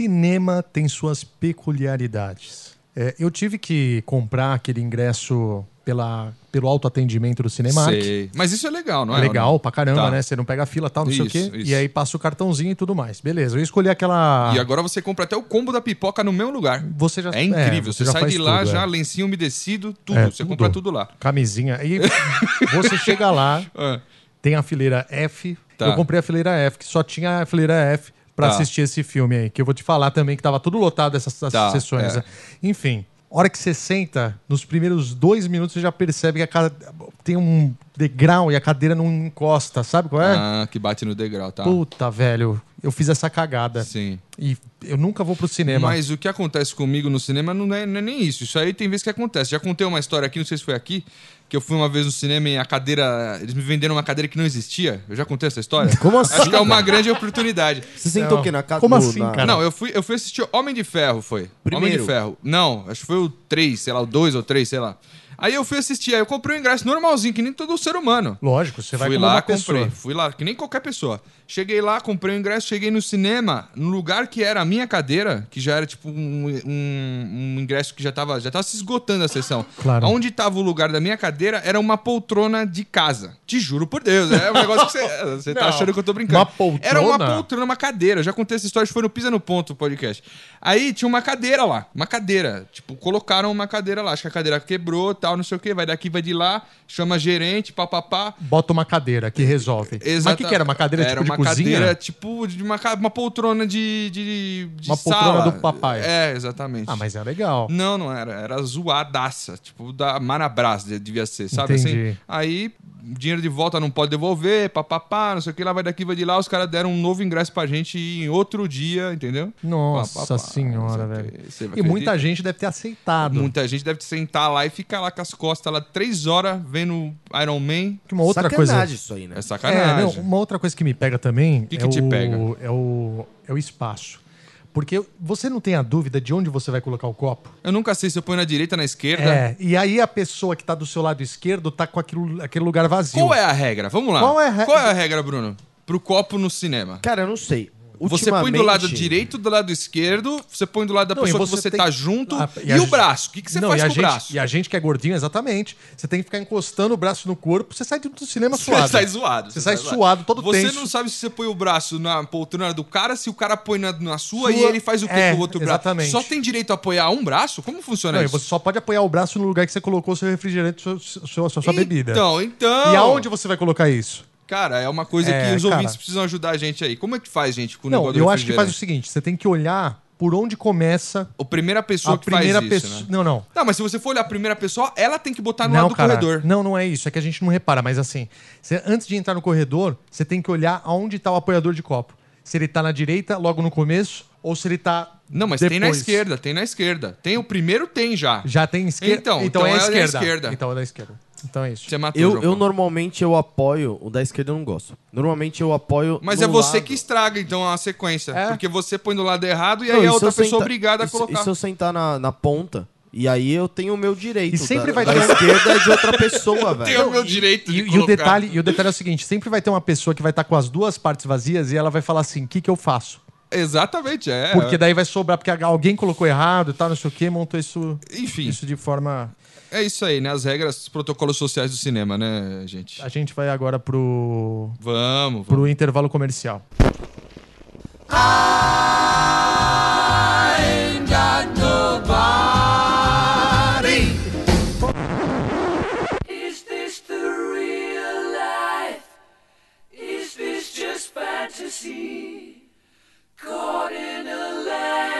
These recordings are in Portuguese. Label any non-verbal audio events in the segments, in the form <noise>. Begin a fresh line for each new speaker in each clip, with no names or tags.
Cinema tem suas peculiaridades. É, eu tive que comprar aquele ingresso pela, pelo autoatendimento do Cinemark.
Sei. Mas isso é legal, não é?
Legal pra caramba,
Tá.
né? Você não pega fila tal, não sei
Isso,
o quê.
isso.
E aí passa o cartãozinho e tudo mais. Beleza, eu escolhi aquela.
E agora você compra até o combo da pipoca no mesmo lugar.
Ah. Você já
É incrível. você, sai
faz
de lá,
tudo,
já
é.
lencinho umedecido, tudo.
É,
você compra tudo lá.
Camisinha.
<laughs>
E você chega lá,
Ah,
tem a fileira F.
Tá.
Eu comprei a fileira F, que só tinha a fileira F pra
Tá.
assistir esse filme aí, que eu vou te falar também que tava tudo lotado essas essas
Tá,
sessões.
é.
né? Enfim, hora que você senta, nos primeiros dois minutos você já percebe que a ca- tem um degrau e a cadeira não encosta, sabe qual é?
ah, que bate no degrau, tá?
Puta, velho, eu fiz essa cagada.
Sim.
E eu nunca vou pro cinema.
Mas o que acontece comigo no cinema não é, não é nem isso. Isso aí tem vezes que acontece. Já contei uma história aqui, não sei se foi aqui, que eu fui uma vez no cinema e a cadeira. Eles me venderam uma cadeira que não existia. Eu já contei essa história?
Como assim,
Acho que é uma grande oportunidade.
Você sentou
Não.
o quê? Na casa
Como
do-
assim,
na-
cara?
Não, eu fui, eu fui assistir Homem de Ferro, foi. Homem de
Primeiro.
Ferro. Não, acho que foi o 3, sei lá, o 2 ou 3, sei lá. Aí eu fui assistir, aí eu comprei o ingresso normalzinho, que nem todo ser humano.
Lógico, você vai
fui
como
lá,
uma
comprei.
pessoa.
Fui lá, que nem qualquer pessoa. Cheguei lá, comprei o ingresso, cheguei no cinema, no lugar que era a minha cadeira, que já era tipo um, um- um ingresso que já tava, já tava se esgotando a sessão.
Claro.
Onde tava o lugar da minha cadeira era uma poltrona de casa. Te juro por Deus, é um negócio que
<laughs>
você, você tá
Não.
achando que eu tô brincando.
Uma poltrona?
Era uma poltrona, uma cadeira. Eu já contei essa história, acho que foi no Pisa no Ponto o podcast. Aí tinha uma cadeira lá, uma cadeira. Tipo, colocaram uma cadeira lá. Acho que a cadeira quebrou, tal, não sei o quê. Vai daqui, vai de lá, chama gerente, papapá.
Bota uma cadeira que resolve. Mas o que, que era? Uma cadeira
Era
tipo de
uma
cozinha?
cadeira tipo de uma, ca- uma poltrona de, de, de
Uma poltrona
sala.
do papai.
É, exatamente.
Ah, mas é legal.
Não, não era. Era zoadaça. Tipo, da Marabras de- devia ser, sabe?
Entendi.
Assim, aí, dinheiro de volta não pode devolver, papapá, não sei o que. Lá vai daqui, vai de lá. Os caras deram um novo ingresso pra gente ir em outro dia, entendeu?
Nossa
Papapá,
senhora,
não sei o
velho.
quê.
E
Você
muita
acredita?
gente deve ter aceitado.
Muita gente deve sentar lá e ficar lá com as costas lá três horas vendo Iron Man.
Que Uma outra
Sacanagem
coisa.
isso aí, né?
É
É, não,
sacanagem.
uma outra coisa que me pega também
Que
é,
que te
o,
pega?
é o é o espaço. Porque você não tem a dúvida de onde você vai colocar o copo.
Eu nunca sei se eu ponho na direita ou na esquerda.
É, e aí a pessoa que tá do seu lado esquerdo tá com aquilo- aquele lugar vazio.
Qual é a regra? Vamos lá.
Qual é a re-
Qual é a regra, Bruno? Pro copo no cinema.
Cara, eu não sei.
Você põe do lado
Ultimamente-
direito, do lado esquerdo, você põe do lado da
Não, e
pessoa que
você
você
tem-
tá junto.
Ah,
e
a ge-
o braço? O que, que você
Não,
faz
e a
com
gente,
o braço?
E
<laughs>
a gente que é gordinho, exatamente. Você tem que ficar encostando o braço no corpo, você sai do do cinema
Você
suado.
sai zoado.
Você, sai, suado, todo
Você
tenso.
não sabe se você põe o braço na poltrona do cara, se o cara põe na, na sua,
Sua-
e ele faz o quê
É,
com o outro
exatamente.
braço? Só tem direito a apoiar um braço? Como funciona
Não, e
isso?
você só pode apoiar o braço no lugar que você colocou o seu refrigerante, sua, sua, sua, sua bebida.
Então, então.
E aonde você vai colocar isso?
Cara, é uma coisa
É,
que os
cara.
ouvintes precisam ajudar a gente aí. Como é que faz, gente, com o
Não,
negócio do
eu acho que faz o
refrigerante?
seguinte: você tem que olhar por onde começa
A primeira pessoa
a
que
primeira
faz isso,
pessoa.
né?
Não, não.
Não, mas se você for olhar a primeira pessoa, ela tem que botar no
não,
lado do
cara,
corredor.
Não, não é isso. É que a gente não repara, mas assim, você- antes de entrar no corredor, você tem que olhar aonde está o apoiador de copo. Se ele tá na direita, logo no começo, ou se ele tá.
Não, mas tem na
depois.
esquerda, tem na esquerda. Tem o primeiro, tem já.
Já tem esquerda.
Então,
Então,
então
é,
é
a
da
esquerda.
esquerda.
Então é da esquerda. Então é isso.
Você matou
Eu,
Jocão.
eu normalmente eu apoio. O da esquerda eu não gosto. Normalmente eu apoio.
Mas
no
é você
lado.
que estraga, então, a sequência.
É.
Porque você põe do lado errado e
Não,
aí
e
a
se
outra
eu
pessoa
tá,
sentar-
é obrigada
e
a
se-
colocar.
E se eu sentar na, na ponta, e aí eu tenho o meu direito.
E sempre
da,
vai
da
ter-
esquerda é de outra pessoa,
um <laughs> Tem um-
velho.
o meu direito
E,
de
e o
colocar.
detalhe, e o detalhe é o seguinte: sempre vai ter uma pessoa que vai estar com as duas partes vazias e ela vai falar assim: o que, que eu faço?
Exatamente, é.
Porque daí vai sobrar, porque alguém colocou errado e tal, não sei o quê, montou isso,
Enfim,
isso de forma.
é isso aí, né? As regras, os protocolos sociais do cinema, né, gente?
A gente vai agora pro,
Vamos, vamos.
pro intervalo comercial.
Is this the real life? Is this just fantasy? Caught in a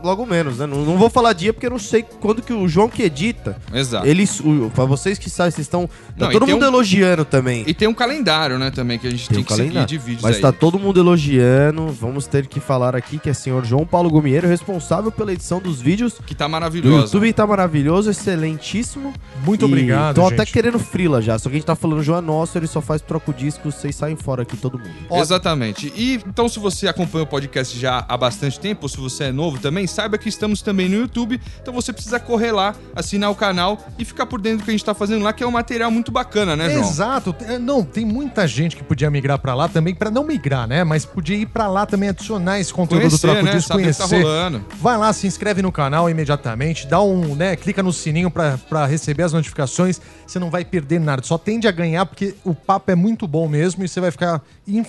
logo menos, né? Não, não vou falar dia porque eu não sei quando que o João que edita.
Exato.
Eles, o- pra vocês que sabem, vocês estão. Tá
Tá. Não, e
todo
tem
mundo
um-
elogiando também.
E tem um calendário, né, também que a gente tem,
Tem um
que seguir
calendário.
de vídeos
Mas
aí.
tá todo mundo elogiando. Vamos ter que falar aqui que é senhor João Paulo Gomieiro, responsável pela edição dos vídeos
Que tá
do
maravilhoso.
YouTube. Tá maravilhoso, excelentíssimo.
Muito obrigado,
Tô
gente.
até querendo frila já. Só que a gente tá falando João é nosso, ele só faz troco disco, vocês saem fora aqui todo mundo.
Ó-
Exatamente. E então, se você acompanha o podcast já há bastante tempo, ou se você é novo também, saiba que estamos também no YouTube. Então você precisa correr lá, assinar o canal e ficar por dentro do que a gente tá fazendo lá, que é um material muito bacana, né, João?
Exato. É, Não, tem muita gente que podia migrar pra lá também, pra não migrar, né? Mas podia ir pra lá também adicionar esse conteúdo do
Conhecer,
Troco
né?
Disco,
Saber o que tá
conhecer.
rolando.
Vai lá, se inscreve no canal imediatamente, dá um, né, clica no sininho pra pra receber as notificações, você não vai perder nada. Só tende a ganhar porque o papo é muito bom mesmo e você vai ficar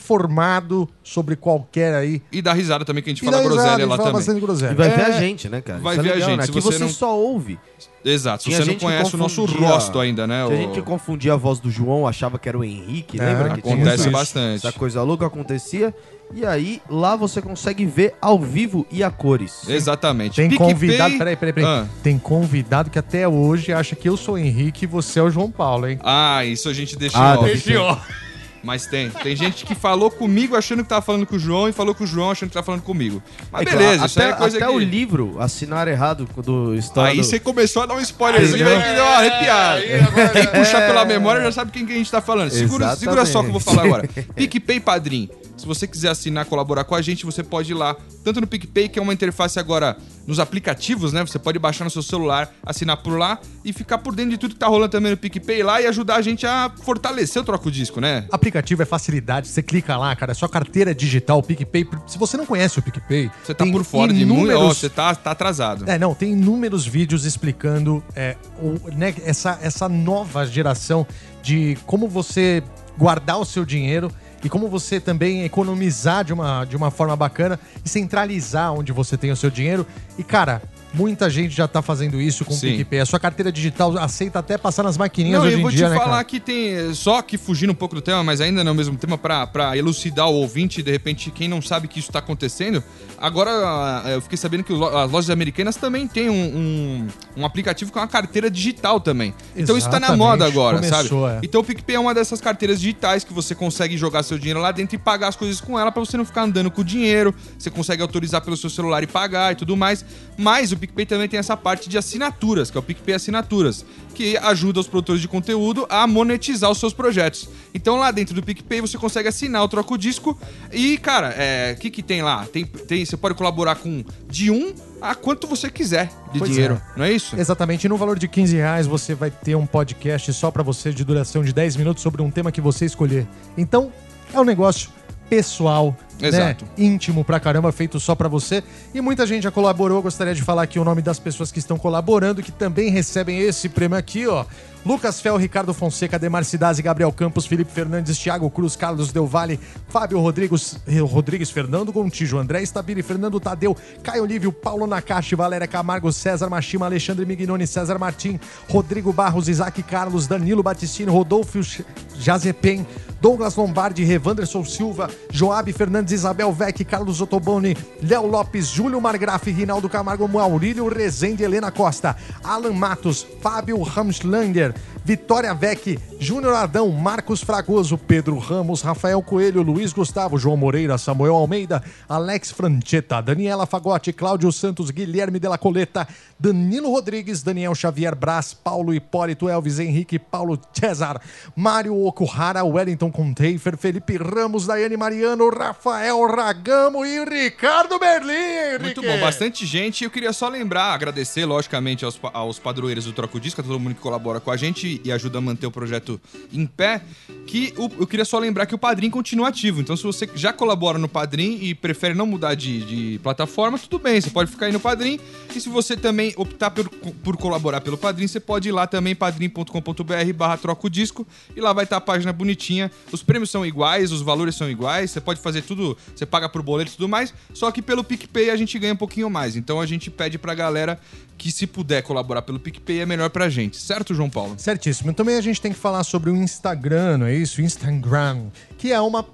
informado sobre qualquer aí.
E dá risada também, que a gente
E
fala
dá risada,
groselha
e
lá
fala
também.
bastante groselha.
E vai ver
É.
a gente, né, cara?
Vai
Isso é
ver a
legal,
gente,
né?
se
Aqui
você
você
não-
só ouve.
Exato, se
Tinha
você não
gente que
conhece o nosso
confundia-
rosto ainda, né?
Tinha
o-
gente que confundia a voz do João, achava que era o Henrique,
É,
lembra? que tinha
acontece
isso?
bastante.
Essa coisa louca acontecia. E aí, lá você consegue ver ao vivo e a cores.
Exatamente.
Tem
PicPay-
convidado, peraí, peraí, peraí.
Ah.
Tem convidado que até hoje acha que eu sou o Henrique e você é o João Paulo, hein?
Ah, isso a gente deixa
Ah,
em
tá.
off.
deixa em
Mas tem. Tem gente que falou comigo achando que tava falando com o João e falou com o João achando que tava falando comigo. Mas
É que
beleza,
a-
isso aí é
até-
coisa
Até
que...
o livro, assinar errado do história
Aí
do-
você começou a dar um spoilerzinho
Entendeu?
aí
né?
que deu uma arrepiada. Quem puxar pela memória já sabe quem que a gente tá falando. Segura,
<laughs>
Exatamente.
segura só que eu vou falar agora. PicPay Padrim. Se você quiser assinar, colaborar com a gente, você pode ir lá, tanto no PicPay, que é uma interface agora nos aplicativos, né? Você pode baixar no seu celular, assinar por lá e ficar por dentro de tudo que tá rolando também no PicPay lá e ajudar a gente a fortalecer o Troco Disco, né?
Aplicativo é facilidade, você clica lá, cara, sua carteira digital, PicPay. Se você não conhece o PicPay,
Você tá
tem
por fora de muito,
inúmeros...
ó, você tá, tá atrasado.
É, não, tem inúmeros vídeos explicando é, o- né, essa, essa nova geração de como você guardar o seu dinheiro e como você também economizar de uma, de uma forma bacana e centralizar onde você tem o seu dinheiro. E, cara. Muita gente já tá fazendo isso com o
Sim.
PicPay. A sua carteira digital aceita até passar nas maquininhas
Não,
hoje
eu
em
vou
dia,
te
né,
falar
cara?
que tem. Só que fugindo um pouco do tema, mas ainda não é o mesmo tema, pra, pra elucidar o ouvinte, de repente, quem não sabe que isso tá acontecendo. Agora, ah, eu fiquei sabendo que o lo- as lojas americanas também têm um, um, um aplicativo com uma carteira digital também. Então isso tá na
Exatamente,
moda agora,
começou,
sabe?
é.
Então o PicPay é uma dessas carteiras digitais que você consegue jogar seu dinheiro lá dentro e pagar as coisas com ela pra você não ficar andando com o dinheiro. Você consegue autorizar pelo seu celular e pagar e tudo mais. Mas o PicPay também tem essa parte de assinaturas, que é o PicPay Assinaturas, que ajuda os produtores de conteúdo a monetizar os seus projetos. Então lá dentro do PicPay você consegue assinar o Troco Disco e, cara, é, o que, que tem lá? Tem, tem, você pode colaborar com de um a quanto você quiser de
Pois
dinheiro, não é isso?
Exatamente. E no valor de 15 reais você vai ter um podcast só pra você de duração de 10 minutos sobre um tema que você escolher. Então, é um negócio pessoal. né?
Exato.
Íntimo pra caramba, feito só pra você. E muita gente já colaborou. Gostaria de falar aqui o nome das pessoas que estão colaborando, que também recebem esse prêmio aqui, ó. Lucas Fel, Ricardo Fonseca, Demar Cidazzi, Gabriel Campos, Felipe Fernandes, Thiago Cruz, Carlos Del Valle, Fábio Rodrigues, Rodrigues Fernando Gontijo, André Stabile, Fernando Tadeu, Caio Olívio, Paulo Nakashi, Valéria Camargo, César Machima, Alexandre Mignoni, César Martim, Rodrigo Barros, Isaac Carlos, Danilo Batistini, Rodolfo Ch- Jazepen, Douglas Lombardi, Revanderson Silva, Joab Fernandes, Isabel Vec, Carlos Ottoboni, Léo Lopes, Júlio Margraf, Rinaldo Camargo, Maurílio Rezende, Helena Costa, Alan Matos, Fábio Ramslander, Vitória Vec, Júnior Adão, Marcos Fragoso, Pedro Ramos, Rafael Coelho, Luiz Gustavo, João Moreira, Samuel Almeida, Alex Franchetta, Daniela Fagotti, Cláudio Santos, Guilherme Della Coleta, Danilo Rodrigues, Daniel Xavier Brás, Paulo Hipólito, Elvis Henrique, Paulo César, Mário Okuhara, Wellington Conteifer, Felipe Ramos, Daiane Mariano, Rafael Ragamo e Ricardo Berlim.
Muito
Henrique.
bom, bastante gente. Eu queria só lembrar, agradecer, logicamente, aos, pa- aos padroeiros do Troco Disco, a todo mundo que colabora com a gente e ajuda a manter o projeto em pé. Que o- eu queria só lembrar que o Padrim continua ativo. Então, se você já colabora no Padrim e prefere não mudar de, de plataforma, tudo bem, você pode ficar aí no Padrim. E se você também optar por, por colaborar pelo Padrim, você pode ir lá também, padrim.com.br barra troca o disco, e lá vai estar a página bonitinha. Os prêmios são iguais, os valores são iguais, você pode fazer tudo, você paga por boleto e tudo mais, só que pelo PicPay a gente ganha um pouquinho mais. Então a gente pede pra galera que se puder colaborar pelo PicPay é melhor pra gente, certo, João Paulo?
Certíssimo. Também a gente tem que falar sobre o Instagram, não é isso? Instagram, que é uma,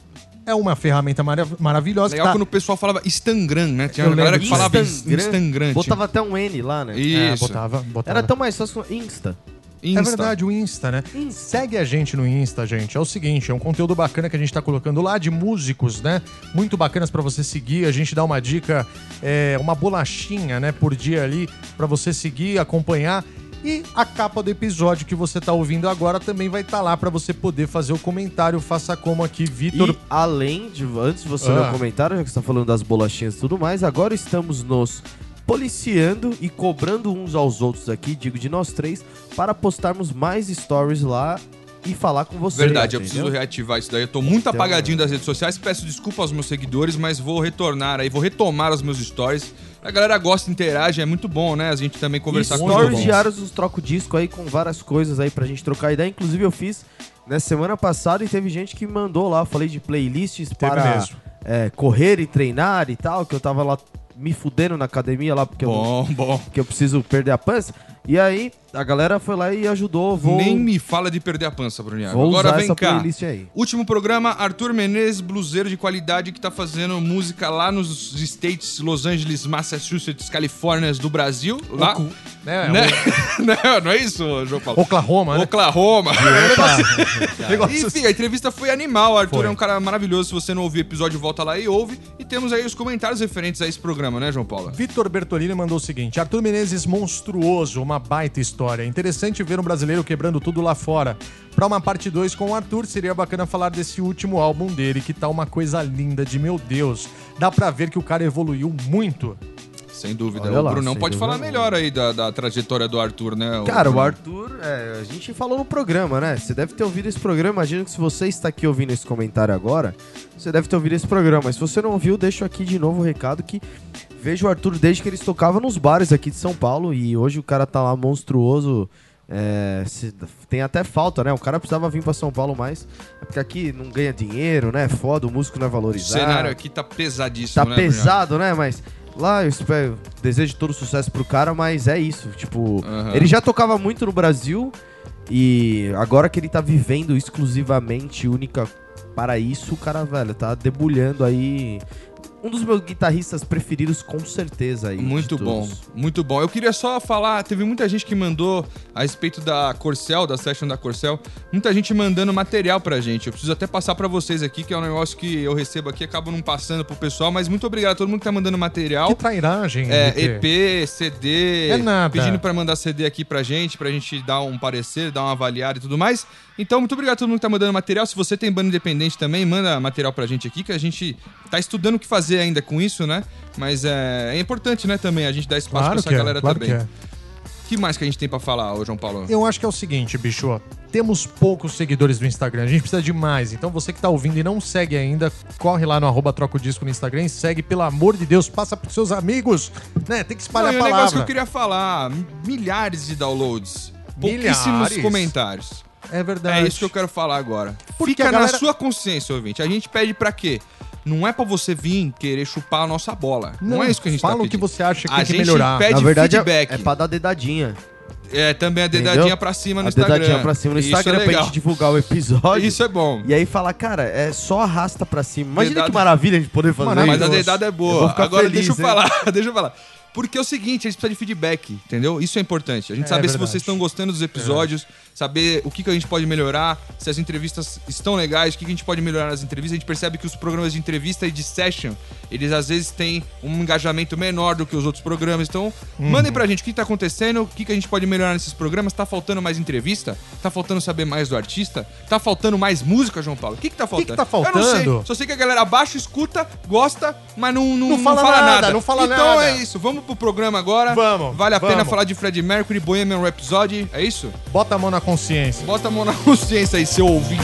é uma ferramenta marav- maravilhosa.
Legal
que tá-
quando o pessoal falava Instagram, né? Tinha
Eu
uma galera
lembro
que
disso.
falava Instagram. tipo,
Botava até um N lá, né?
Isso.
É, botava, botava.
Era tão mais fácil que Insta.
Insta.
É verdade, o Insta, né? Segue a gente no Insta, gente. É o seguinte, é um conteúdo bacana que a gente tá colocando lá de músicos, né? Muito bacanas pra você seguir. A gente dá uma dica, é, uma bolachinha, né, por dia ali pra você seguir, acompanhar. E a capa do episódio que você tá ouvindo agora também vai estar lá pra você poder fazer o comentário. Faça como aqui, Vitor.
E além de. Antes de você
Ah.
ler o comentário, já que você tá falando das bolachinhas e tudo mais, agora estamos nos policiando e cobrando uns aos outros aqui, digo de nós três, para postarmos mais stories lá e falar com vocês.
Verdade, eu
entendeu? Então,
preciso
é.
reativar isso daí. Eu tô muito apagadinho das redes sociais. Peço desculpa aos meus seguidores, mas vou retornar aí, vou retomar os meus stories. A galera gosta, interage, é muito bom, né? A gente também conversar
E
com
stories
os
diários dos troco disco aí com várias coisas aí pra gente trocar ideia. Inclusive eu fiz na semana passada e teve gente que mandou lá, eu falei de playlists para
mesmo.
é, correr e treinar e tal, que eu tava lá me fudendo na academia lá porque eu, não-
Bom, bom.
que eu preciso perder a pança. E aí a galera foi lá e ajudou, vou
Nem me fala de perder a pança, Bruniago.
vou
Agora
usar
vem
essa
cá.
playlist aí.
Último programa, Arthur Menezes, bluseiro de qualidade que tá fazendo música lá nos States, Los Angeles, Massachusetts, Califórnia do Brasil. Lá.
Ocu- né?
Né? <laughs> não, não é isso, João Paulo?
Oklahoma, né?
Oklahoma.
<laughs> Negócio-
Enfim, a entrevista foi animal. Arthur
Foi.
é um cara maravilhoso. Se você não ouviu o episódio, volta lá e ouve. E temos aí os comentários referentes a esse programa, né, João Paulo?
Vitor Bertolini mandou o seguinte: Arthur Menezes monstruoso, uma uma baita história. É interessante ver um brasileiro quebrando tudo lá fora. Pra uma parte 2 com o Arthur, seria bacana falar desse último álbum dele, que tá uma coisa linda de meu Deus. Dá pra ver que o cara evoluiu muito.
Sem dúvida.
Olha
o
lá,
Brunão
sem
pode
dúvida
falar
nenhuma.
melhor aí da, da trajetória do Arthur, né?
Cara, o
Brunão?
Arthur, é, a gente falou no programa, né? Você deve ter ouvido esse programa. Imagino que se você está aqui ouvindo esse comentário agora, você deve ter ouvido esse programa. Se você não ouviu, deixo aqui de novo o recado que vejo o Arthur desde que eles tocavam nos bares aqui de São Paulo e hoje o cara tá lá monstruoso. é, se- tem até falta, né? O cara precisava vir pra São Paulo mais. É porque aqui não ganha dinheiro, né? É foda, o músico não é
O
valorizado.
cenário aqui tá pesadíssimo,
Tá
né,
pesado, né? Mas lá eu espero, desejo todo sucesso pro cara, mas é isso. Tipo,
Aham.
ele já tocava muito no Brasil e agora que ele tá vivendo exclusivamente, única para isso, o cara, velho, tá debulhando aí. Um dos meus guitarristas preferidos, com certeza. Aí, de
Muito bom,
todos.
muito bom. Eu queria só falar, teve muita gente que mandou a respeito da Corcel, da session da Corcel, muita gente mandando material pra gente. Eu preciso até passar pra vocês aqui, que é um negócio que eu recebo aqui, acabo não passando pro pessoal, mas muito obrigado a todo mundo que tá mandando material.
Que trairagem,
É,
Henrique.
EP, CD,
É nada.
pedindo pra mandar CD aqui pra gente, pra gente dar um parecer, dar uma avaliada e tudo mais. Então, muito obrigado a todo mundo que tá mandando material. Se você tem banda independente também, manda material pra gente aqui, que a gente tá estudando o que fazer ainda com isso, né? Mas é, é importante, né, também, a gente dar espaço pra
Claro
essa
que é,
galera
claro que
também.
é.
O que mais que a gente tem pra falar, ô João Paulo?
Eu acho que é o seguinte, bicho. ó, Temos poucos seguidores no Instagram. A gente precisa de mais. Então você que tá ouvindo e não segue ainda, corre lá no arroba troca o disco no Instagram e segue, pelo amor de Deus, passa pros seus amigos. Né? Tem que espalhar
Não, e
a
um negócio que eu
palavra.
queria falar, milhares de downloads,
Milhares?
pouquíssimos comentários.
É verdade.
É isso que eu quero falar agora.
Porque
Fica
a galera-
na sua consciência, ouvinte. A gente pede pra quê? Não é pra você vir querer chupar a nossa bola. Não, é isso que a gente
Fala
tá
o que
pedindo.
você acha que
A
tem que
gente
melhorar.
pede
Na verdade, é,
feedback.
é pra dar dedadinha.
É, também a dedadinha
Entendeu?
pra cima no
a
Instagram.
dedadinha pra cima no Instagram
isso é
pra
legal.
gente divulgar o episódio.
Isso é bom.
E aí falar, cara, é só arrasta pra cima. Imagina
Dedada-
que maravilha a gente poder fazer
Maravilhoso.
Mas a
isso.
dedada é
né? Eu vou
boa.
ficar
Agora
feliz,
deixa eu
hein?
falar, <laughs> deixa eu falar. Porque é o seguinte, a gente precisa de feedback, entendeu? Isso é importante. A gente
É
saber se
verdade.
vocês estão gostando dos episódios, saber o que, que a gente pode melhorar, se as entrevistas estão legais, o que, que a gente pode melhorar nas entrevistas. A gente percebe que os programas de entrevista e de session, eles às vezes têm um engajamento menor do que os outros programas. Então,
Uhum.
mandem pra gente o que tá acontecendo, o que, que a gente pode melhorar nesses programas. Tá faltando mais entrevista? Tá faltando saber mais do artista? Tá faltando mais música, João Paulo? O que, que tá faltando?
que tá
Eu não sei.
faltando?
Só sei que a galera abaixa, escuta, gosta, mas não, não,
Não fala nada, não fala
então
nada.
é isso, vamos pro programa agora.
Vamos,
Vale a pena
vamos.
falar de Fred Mercury, Bohemian Rhapsody, é isso?
Bota a mão na consciência.
Bota a mão na <laughs> consciência aí, seu ouvinte.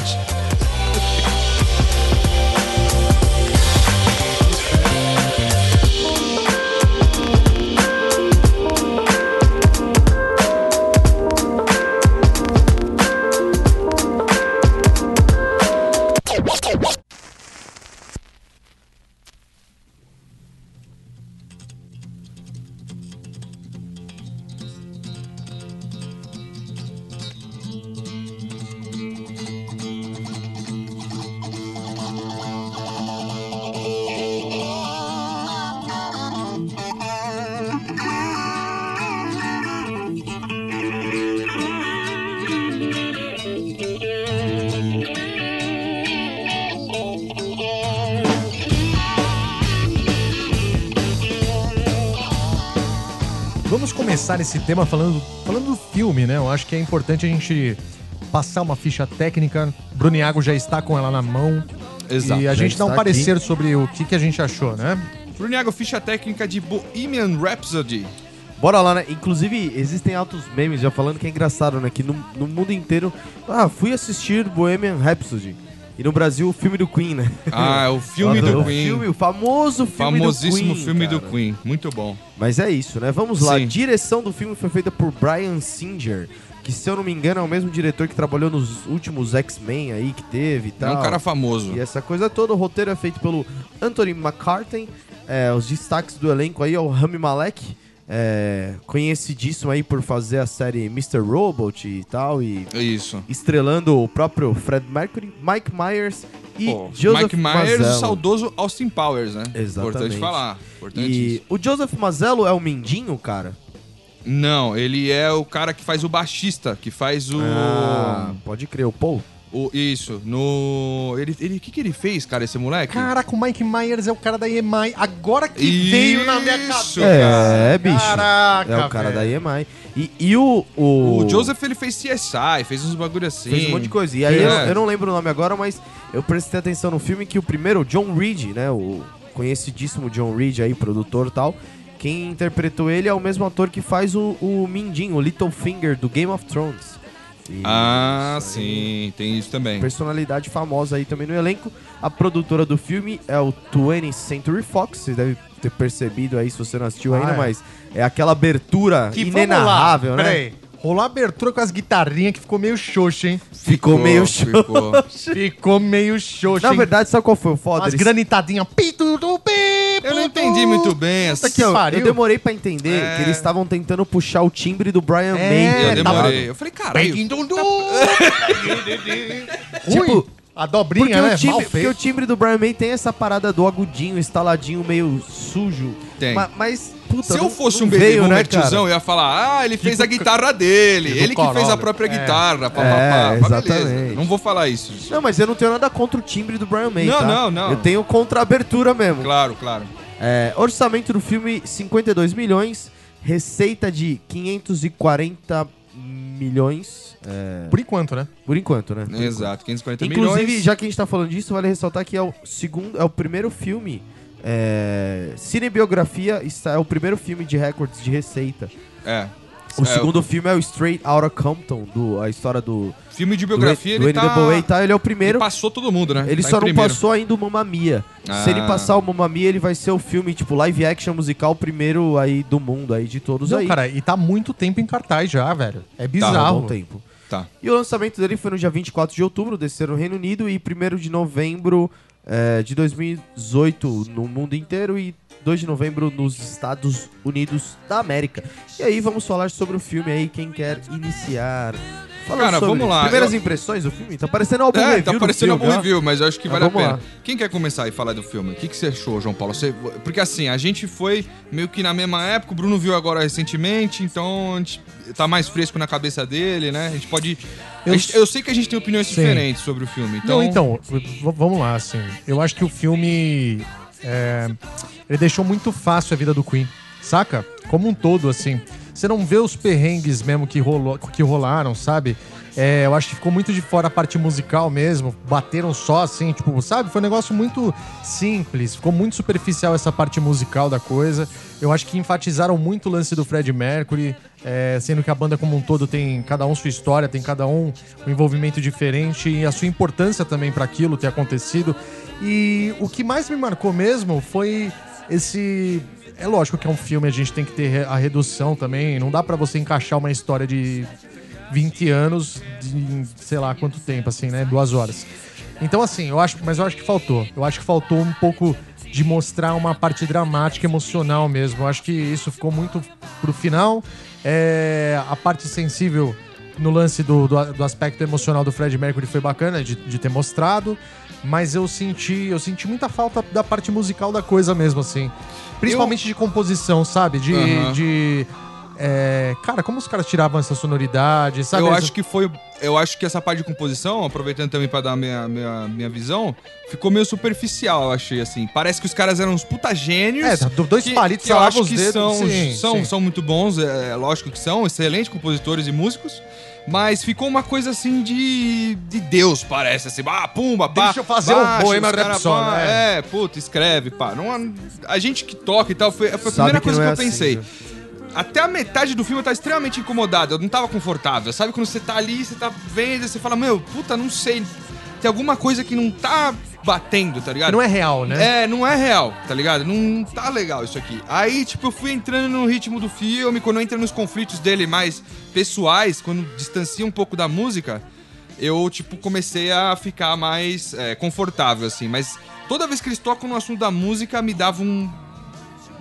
Vamos começar esse tema falando, falando do filme, né? Eu acho que é importante a gente passar uma ficha técnica. Bruno Iago já está com ela na mão. E a
Já
gente dá um
está aqui.
parecer sobre o que, que a gente achou, né?
Bruniago, ficha técnica de Bohemian
<laughs>
Rhapsody.
Bora lá, né? Inclusive, existem altos memes já falando que é engraçado, né? Que no, no mundo inteiro. Ah, fui assistir Bohemian Rhapsody. E no Brasil, o filme do Queen, né?
Ah, o <laughs> filme do
O
Queen.
filme, o famoso filme
Famosíssimo
do Queen.
filme do
cara.
Queen. Muito bom.
Mas é isso, né? Vamos lá.
Sim.
A direção do filme foi feita por Brian Singer, que se eu não me engano é o mesmo diretor que trabalhou nos últimos X-Men aí que teve e
É
tal.
um cara famoso.
E essa coisa toda, o roteiro é feito pelo Anthony McCartney. É, os destaques do elenco aí é o Rami Malek, é, conhecidíssimo aí por fazer a série Mr. Robot e tal, e
É isso.
estrelando o próprio Fred Mercury, Mike Myers e
Pô,
Joseph
Mike Myers, é o
Mazzello.
saudoso né, Austin Powers, né?
Exatamente.
Importante falar. Importante
E o Joseph Mazzello é o Mindinho, cara?
Não, ele é o cara que faz o baixista, que faz o.
Ah, pode crer, o Paul.
o- isso, no. Ele. O ele, que, que ele fez, cara, esse moleque?
Caraca, o Mike Myers é o cara da EMI. Agora que
Isso,
veio na minha
cara.
cabeça.
É, bicho.
Caraca,
é o cara
velho.
da EMI. E, e o, o.
O Joseph, ele fez CSI, fez uns bagulho assim.
Fez um monte de coisa. E aí
É.
eu, eu não lembro o nome agora, mas eu prestei atenção no filme que o primeiro, o John Reed, né? O conhecidíssimo John Reed aí, produtor e tal. Quem interpretou ele é o mesmo ator que faz o, o Mindinho, o Littlefinger, do Game of Thrones. E-
Ah,
isso aí.
sim, tem isso também.
Personalidade famosa aí também no elenco. A produtora do filme é o 20th Century Fox. Você deve ter percebido aí se você não assistiu
Ah,
ainda,
é.
mas é aquela abertura
Que
inenarrável, né?
Peraí. Rolou a abertura com as guitarrinhas que ficou meio xoxa,
<laughs>
hein?
Ficou meio show.
Ficou.
Ficou meio xoxa,
Na
hein?
verdade, sabe qual foi o foda?
As
Eles-
granitadinhas. Pitu do pipo.
Eu não entendi muito bem assim, essa.
Puta
Aqui, ó,
Pariu.
eu demorei pra entender
É.
que eles estavam tentando puxar o timbre do Brian
É,
May.
Eu
tá ligado?
demorei. Eu falei, caralho.
Tipo, <laughs>
Tipo,
a
Porque,
dobrinha, né?
o
Mal
timbre, porque
feito.
o timbre do Brian May tem essa parada do agudinho, estaladinho, meio sujo.
Tem.
Ma- Mas, puta,
Se eu
não-
fosse
não
um bebê
veio,
boomer
né, cara? Tipo
tiozão, eu ia falar, ah, ele fez a guitarra dele,
do
ele que fez a
Corolla.
própria
É.
guitarra, papapá.
É,
Mas beleza,
exatamente.
não vou falar isso.
Não, mas eu não tenho nada contra o timbre do Brian May,
Não,
tá?
não, não.
Eu tenho contra a abertura mesmo.
Claro, claro.
É, orçamento do filme, 52 milhões. Receita de 540 milhões. é,
Por enquanto, né?
por enquanto, né?
Exato, 540
Inclusive,
milhões.
já que a gente tá falando disso, vale ressaltar que é o segundo, é o primeiro filme. É, cinebiografia está, é o primeiro filme de recordes de receita.
É.
O
É,
segundo filme é o Straight Outta Compton, do, a história do,
Filme de
do,
biografia,
do
ele tá...
NWA e tal. Ele é o primeiro.
ele passou todo mundo, né?
Ele
Tá em
só não
primeiro.
passou ainda o Mamma Mia. Se ele
Ah.
passar o Mamma Mia, ele vai ser o filme, tipo, live action musical primeiro aí do mundo, aí de todos
Não,
aí.
cara, e tá muito tempo em cartaz já, velho. É
Tá, um
bizarro.
bom tempo.
Tá.
E o lançamento dele foi no dia 24 de outubro, desse ano no Reino Unido, e 1 de novembro eh, de 2018 no mundo inteiro e 2 de novembro nos Estados Unidos da América. E aí vamos falar sobre o filme aí, quem quer iniciar. Falando
Cara,
sobre
vamos lá.
Primeiras
Eu-
impreciões do filme? Tá parecendo um álbum
É,
review
tá
do
parecendo um
filme,
bom
ó.
review, mas eu acho que
Mas
vale a
vamos
pena.
lá.
Quem quer começar e falar do filme? O que, que você achou, João Paulo? Você- porque assim, a gente foi meio que na mesma época, o Bruno viu agora recentemente, então a gente tá mais fresco na cabeça dele, né? A gente pode. a
Eu-
gente- Eu, sei que a gente tem opiniões
Sim.
diferentes sobre o filme, então.
Não, então, v- vamos lá, assim. Eu acho que o filme. é, ele deixou muito fácil a vida do Queen, saca? Como um todo, assim. Você não vê os perrengues mesmo que, rolou, que rolaram, sabe? É, eu acho que ficou muito de fora a parte musical mesmo. Bateram só, assim, tipo, sabe? Foi um negócio muito simples. Ficou muito superficial essa parte musical da coisa. Eu acho que enfatizaram muito o lance do Fred Mercury, é, sendo que a banda como um todo tem cada um sua história, tem cada um um envolvimento diferente e a sua importância também para aquilo ter acontecido. E o que mais me marcou mesmo foi esse. É lógico que é um filme, a gente tem que ter re- a redução também. Não dá para você encaixar uma história de 20 anos de sei lá quanto tempo, assim, né? Duas horas. Então, assim, eu acho, mas eu acho que faltou. Eu acho que faltou um pouco de mostrar uma parte dramática, emocional mesmo. Eu acho que isso ficou muito pro final. É, a parte sensível no lance do, do, do aspecto emocional do Fred Mercury foi bacana de, de ter mostrado. Mas eu senti, eu senti muita falta da parte musical da coisa mesmo, assim. Principalmente de composição, sabe? De.
Aham.
de é, cara, como os caras tiravam essa sonoridade, sabe?
eu
Essa-
acho que foi. Eu acho que essa parte de composição, aproveitando também pra dar minha, minha, minha visão, ficou meio superficial, eu achei assim. Parece que os caras eram uns puta gênios.
É, tá, do- dois palitos,
eu
salavam
acho
os
que
dedos,
são,
sim,
são,
sim.
são muito bons, é, é lógico que são, excelentes compositores e músicos. Mas ficou uma coisa assim de. de Deus, parece, assim. Ah, pumba, pá.
Deixa eu fazer um o Bohemian
os cara,
Rhapsody,
pá,
é.
É, puta, escreve, pá. Não, a gente que toca e tal, foi, foi a
Sabe
primeira
que
coisa que eu
não é assim,
pensei.
né?
Até a metade do filme eu tava extremamente incomodado, eu não tava confortável. Sabe quando você tá ali, você tá vendo, você fala, meu, puta, não sei. Tem alguma coisa que não tá batendo, tá ligado?
Não é real, né?
É, não é real, tá ligado? Não tá legal isso aqui. Aí, tipo, eu fui entrando no ritmo do filme, quando eu entro nos conflitos dele mais pessoais, quando distancia um pouco da música, eu, tipo, comecei a ficar mais é, confortável, assim. Mas toda vez que eles tocam no assunto da música, me dava um,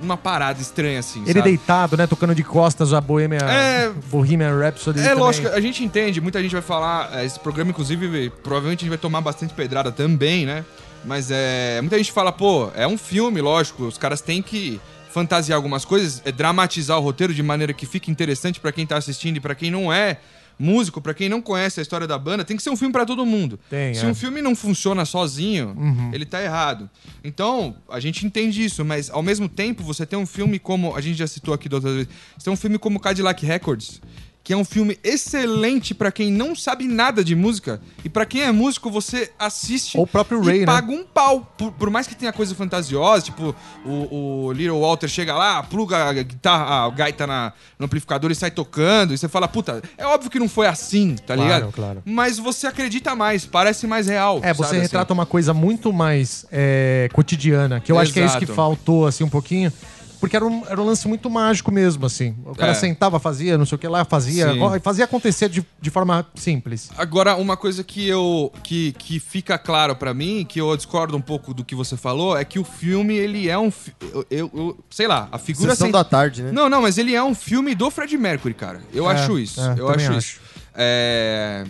uma parada estranha, assim.
Ele
sabe?
deitado, né? Tocando de costas a Bohemia.
É.
Bohemian Rhapsody.
É
também.
lógico, a gente entende, muita gente vai falar, eh, esse programa, inclusive, provavelmente a gente vai tomar bastante pedrada também, né? Mas é. Muita gente fala, pô, é um filme, lógico, os caras têm que fantasiar algumas coisas, é dramatizar o roteiro de maneira que fique interessante pra quem tá assistindo e pra quem não é. músico, pra quem não conhece a história da banda, tem que ser um filme pra todo mundo.
Tem,
Se
é.
um filme não funciona sozinho,
Uhum.
ele tá errado. Então, a gente entende isso, mas ao mesmo tempo, você tem um filme como. A gente já citou aqui da outra vez. Você tem um filme como Cadillac Records. Que é um filme excelente pra quem não sabe nada de música. E pra quem é músico, você assiste
Ou o próprio
e
Ray, né?
paga paga um pau. Por, por mais que tenha coisa fantasiosa, tipo, o, o Little Walter chega lá, pluga a guitarra, a gaita na, no amplificador e sai tocando. E você fala, puta, é óbvio que não foi assim, tá
Claro,
ligado?
claro.
Mas você acredita mais, parece mais real.
É, você
sabe, assim?
retrata uma coisa muito mais é, cotidiana, que eu acho que é isso que
Exato.
faltou, assim, um pouquinho. Porque era um, era um lance muito mágico mesmo, assim. O cara
É.
sentava, fazia, não sei o que lá, fazia.
Sim.
ó, Fazia acontecer de, de forma simples.
Agora, uma coisa que eu que, que fica claro pra mim, que eu discordo um pouco do que você falou, é que o filme, ele é um... fi- Eu, eu- eu- sei lá, a figura...
Sessão
cent-
da tarde, né?
Não, não, mas ele é um filme do Fred Mercury, cara. Eu
É,
acho isso.
é,
eu
também acho.
acho, isso. É,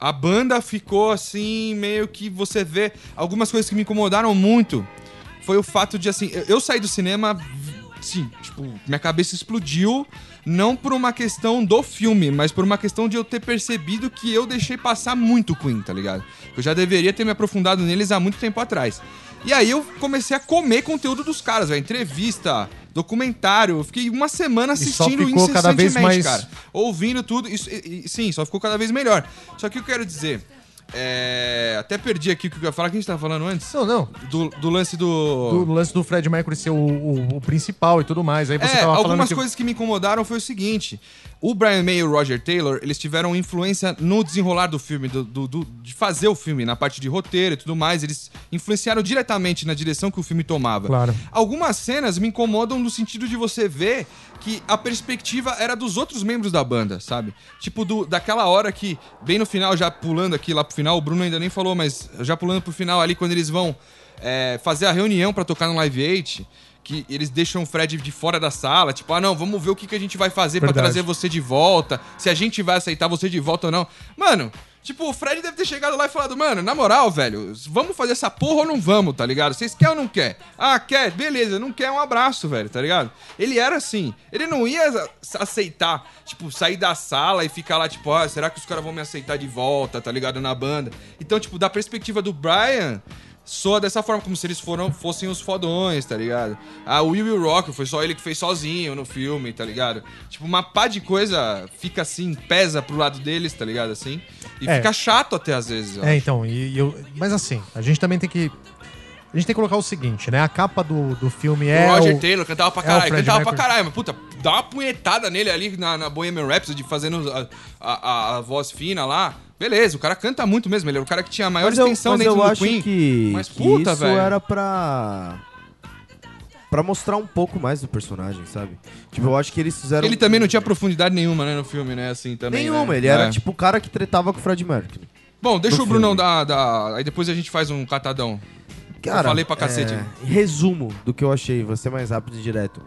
A banda ficou assim, meio que você vê. Algumas coisas que me incomodaram muito foi o fato de, assim, eu, eu saí do cinema. Sim, tipo, minha cabeça explodiu. Não por uma questão do filme, mas por uma questão de eu ter percebido que eu deixei passar muito Queen, tá ligado? Eu já deveria ter me aprofundado neles há muito tempo atrás. E aí eu comecei a comer conteúdo dos caras, velho. Entrevista, documentário. Eu fiquei uma semana
só
assistindo
ficou cada vez mais-
cara ouvindo tudo. Isso, e- e- sim, só ficou cada vez melhor. Só que eu quero dizer. é, até perdi aqui o que eu ia falar. O que a gente tava falando antes?
Não, não.
Do, do lance do.
Do lance do Fred Mercury ser o, o- o principal e tudo mais. Aí você
É,
tava falando
algumas
que...
coisas que me incomodaram foi o seguinte: o Brian May e o Roger Taylor, eles tiveram influência no desenrolar do filme, do, do- do- de fazer o filme, na parte de roteiro e tudo mais. Eles influenciaram diretamente na direção que o filme tomava.
Claro.
Algumas cenas me incomodam no sentido de você ver que a perspectiva era dos outros membros da banda, sabe? Tipo, do, daquela hora que, bem no final, já pulando aqui lá pro final, o Bruno ainda nem falou, mas já pulando pro final ali, quando eles vão é, fazer a reunião pra tocar no Live 8, que eles deixam o Fred de fora da sala, tipo, ah não, vamos ver o que, que a gente vai fazer pra
Verdade.
trazer você de volta, se a gente vai aceitar você de volta ou não. Mano, tipo, o Fred deve ter chegado lá e falado, mano, na moral, velho, vamos fazer essa porra ou não vamos, tá ligado? Vocês querem ou não quer? Ah, quer, beleza, não quer, um abraço, velho, tá ligado? Ele era assim, ele não ia a- aceitar, tipo, sair da sala e ficar lá, tipo, ah, será que os caras vão me aceitar de volta, tá ligado, na banda? Então, tipo, da perspectiva do Brian, soa dessa forma, como se eles foram, fossem os fodões, tá ligado? Ah, o Will Will Rock foi só ele que fez sozinho no filme, tá ligado? Tipo, uma pá de coisa fica assim, pesa pro lado deles, tá ligado? Assim. E
É.
fica chato até às vezes. ó.
É, então, e, e eu. Mas assim, a gente também tem que. A gente tem que colocar o seguinte, né? A capa do, do filme é.
o Roger
o-
Taylor cantava pra
é o
caralho,
Fred
cantava
Mercury.
pra caralho, mas puta, dá uma punhetada nele ali na, na Bohemian Rhapsody, fazendo a, a- a- a voz fina lá. Beleza, o cara canta muito mesmo, ele era o cara que tinha a maior
eu,
extensão
mas
dentro
eu
do
acho
Queen.
que,
Mas
que
puta,
isso
velho.
era pra... Pra mostrar um pouco mais do personagem, sabe? Tipo, eu acho que eles fizeram...
Ele também não tinha profundidade nenhuma, né, no filme, né, assim, também. né?
Nenhuma, ele era
É.
tipo o cara que tretava com o Fred Mercury.
Bom, deixa
do
o Brunão
filme.
dar, dar- Aí depois a gente faz um catadão.
Cara,
falei pra cacete.
em resumo do que eu achei, vou ser mais rápido e direto.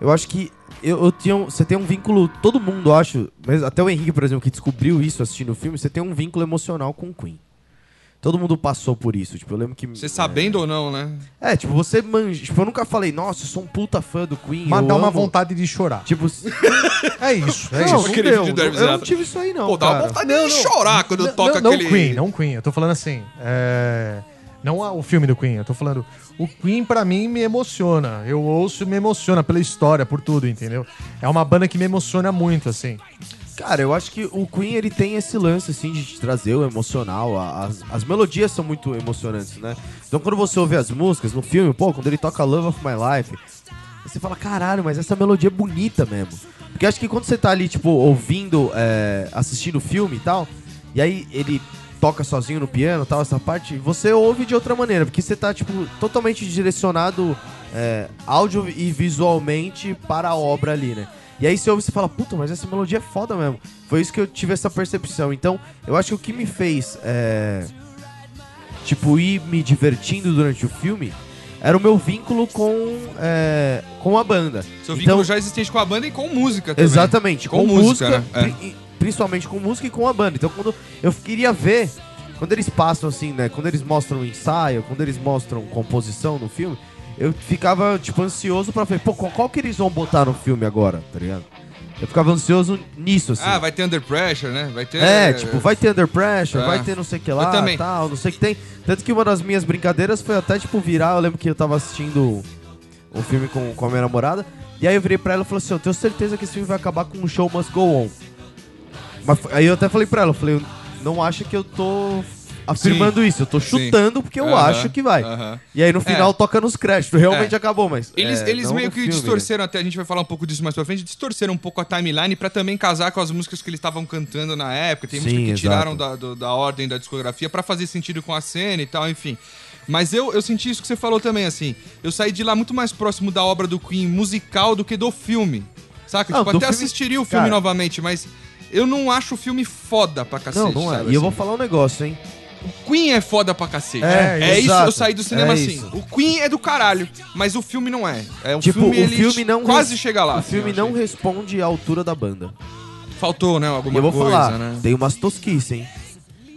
Eu acho que eu, eu tinha, um- você tem um vínculo, todo mundo eu acho, mas até o Henrique, por exemplo, que descobriu isso assistindo o filme, você tem um vínculo emocional com o Queen. Todo mundo passou por isso, tipo, eu lembro que...
Você sabendo ou não, né?
É, tipo, você manja, tipo, eu nunca falei, nossa, eu sou um puta fã do Queen,
Mas
eu
dá uma
amo."
vontade de chorar.
<laughs>
Tipo,
É isso, é
não,
isso.
não
tipo Aquele
deu,
vídeo do Hermes
eu não
Renato.
tive isso aí não,
Pô, dá uma
cara.
vontade de chorar quando
Não-
toca
não,
aquele.
Não Queen, não Queen. Eu tô falando assim. é, Não a- o filme do Queen. Eu tô falando. O Queen, pra mim, me emociona. Eu ouço e me emociona pela história, por tudo, entendeu? É uma banda que me emociona muito, assim.
Cara, eu acho que o Queen ele tem esse lance assim de te trazer o emocional. a- As, as melodias são muito emocionantes, né? Então quando você ouve as músicas no filme, pô, quando ele toca Love of My Life, você fala, caralho, mas essa melodia é bonita mesmo. Porque acho que quando você tá ali, tipo, ouvindo, é, assistindo o filme e tal, e aí ele toca sozinho no piano e tal, essa parte, você ouve de outra maneira, porque você tá, tipo, totalmente direcionado é, áudio e visualmente para a obra ali, né? E aí você ouve e você fala, puta, mas essa melodia é foda mesmo. Foi isso que eu tive essa percepção. Então, eu acho que o que me fez, é, tipo, ir me divertindo durante o filme era o meu vínculo com, é, com a banda.
Seu vínculo
então,
já é existente com a banda e com música também.
Exatamente, com,
Com música,
música,
né?
pri- e- principalmente com música e com a banda. Então quando eu queria ver, quando eles passam assim, né? Quando eles mostram o ensaio, quando eles mostram composição no filme, eu ficava, tipo, ansioso pra ver, pô, qual, qual que eles vão botar no filme agora, tá ligado? Eu ficava ansioso nisso, assim.
Ah, vai ter Under Pressure, né? Vai ter...
É, tipo, vai ter Under Pressure,
É.
vai ter não sei o que
Eu
lá,
também.
tal, não sei o que tem. Tanto que uma das minhas brincadeiras foi até, tipo, virar. Eu lembro que eu tava assistindo um filme com, com a minha namorada. E aí eu virei pra ela e falei assim: Eu tenho certeza que esse filme vai acabar com o show must go on. Mas f- aí eu até falei pra ela: Eu falei, não acha que eu tô afirmando isso, eu tô
Sim.
chutando porque eu
Aham,
acho que vai.
aham.
E aí no final toca nos créditos, realmente
É.
acabou, mas.
Eles,
é,
eles
não
meio
no
que
filme, né?
distorceram até, a gente vai falar um pouco disso mais pra frente, distorceram um pouco a timeline pra também casar com as músicas que eles estavam cantando na época. Tem
Sim,
música que
exato.
tiraram da, do- da ordem da discografia pra fazer sentido com a cena e tal, enfim. Mas eu, eu senti isso que você falou também, assim. Eu saí de lá muito mais próximo da obra do Queen musical do que do filme. Saca?
Não,
tipo,
do
até
filme-
assistiria o filme
Cara.
novamente, mas eu não acho o filme foda pra cacete.
Não, não é.
sabe,
E
assim?
eu vou falar um negócio, hein?
Queen é foda pra cacete.
É,
isso,
exato.
eu saí do cinema
É
assim.
isso.
O Queen é do caralho, mas o filme não é. É um
Tipo,
filme,
o
ele
filme não
quase
res-
chega lá.
O
assim,
filme
eu
não
achei.
responde à altura da banda.
faltou, né, alguma
e eu vou
coisa,
falar,
né?
tem umas tosquices, hein?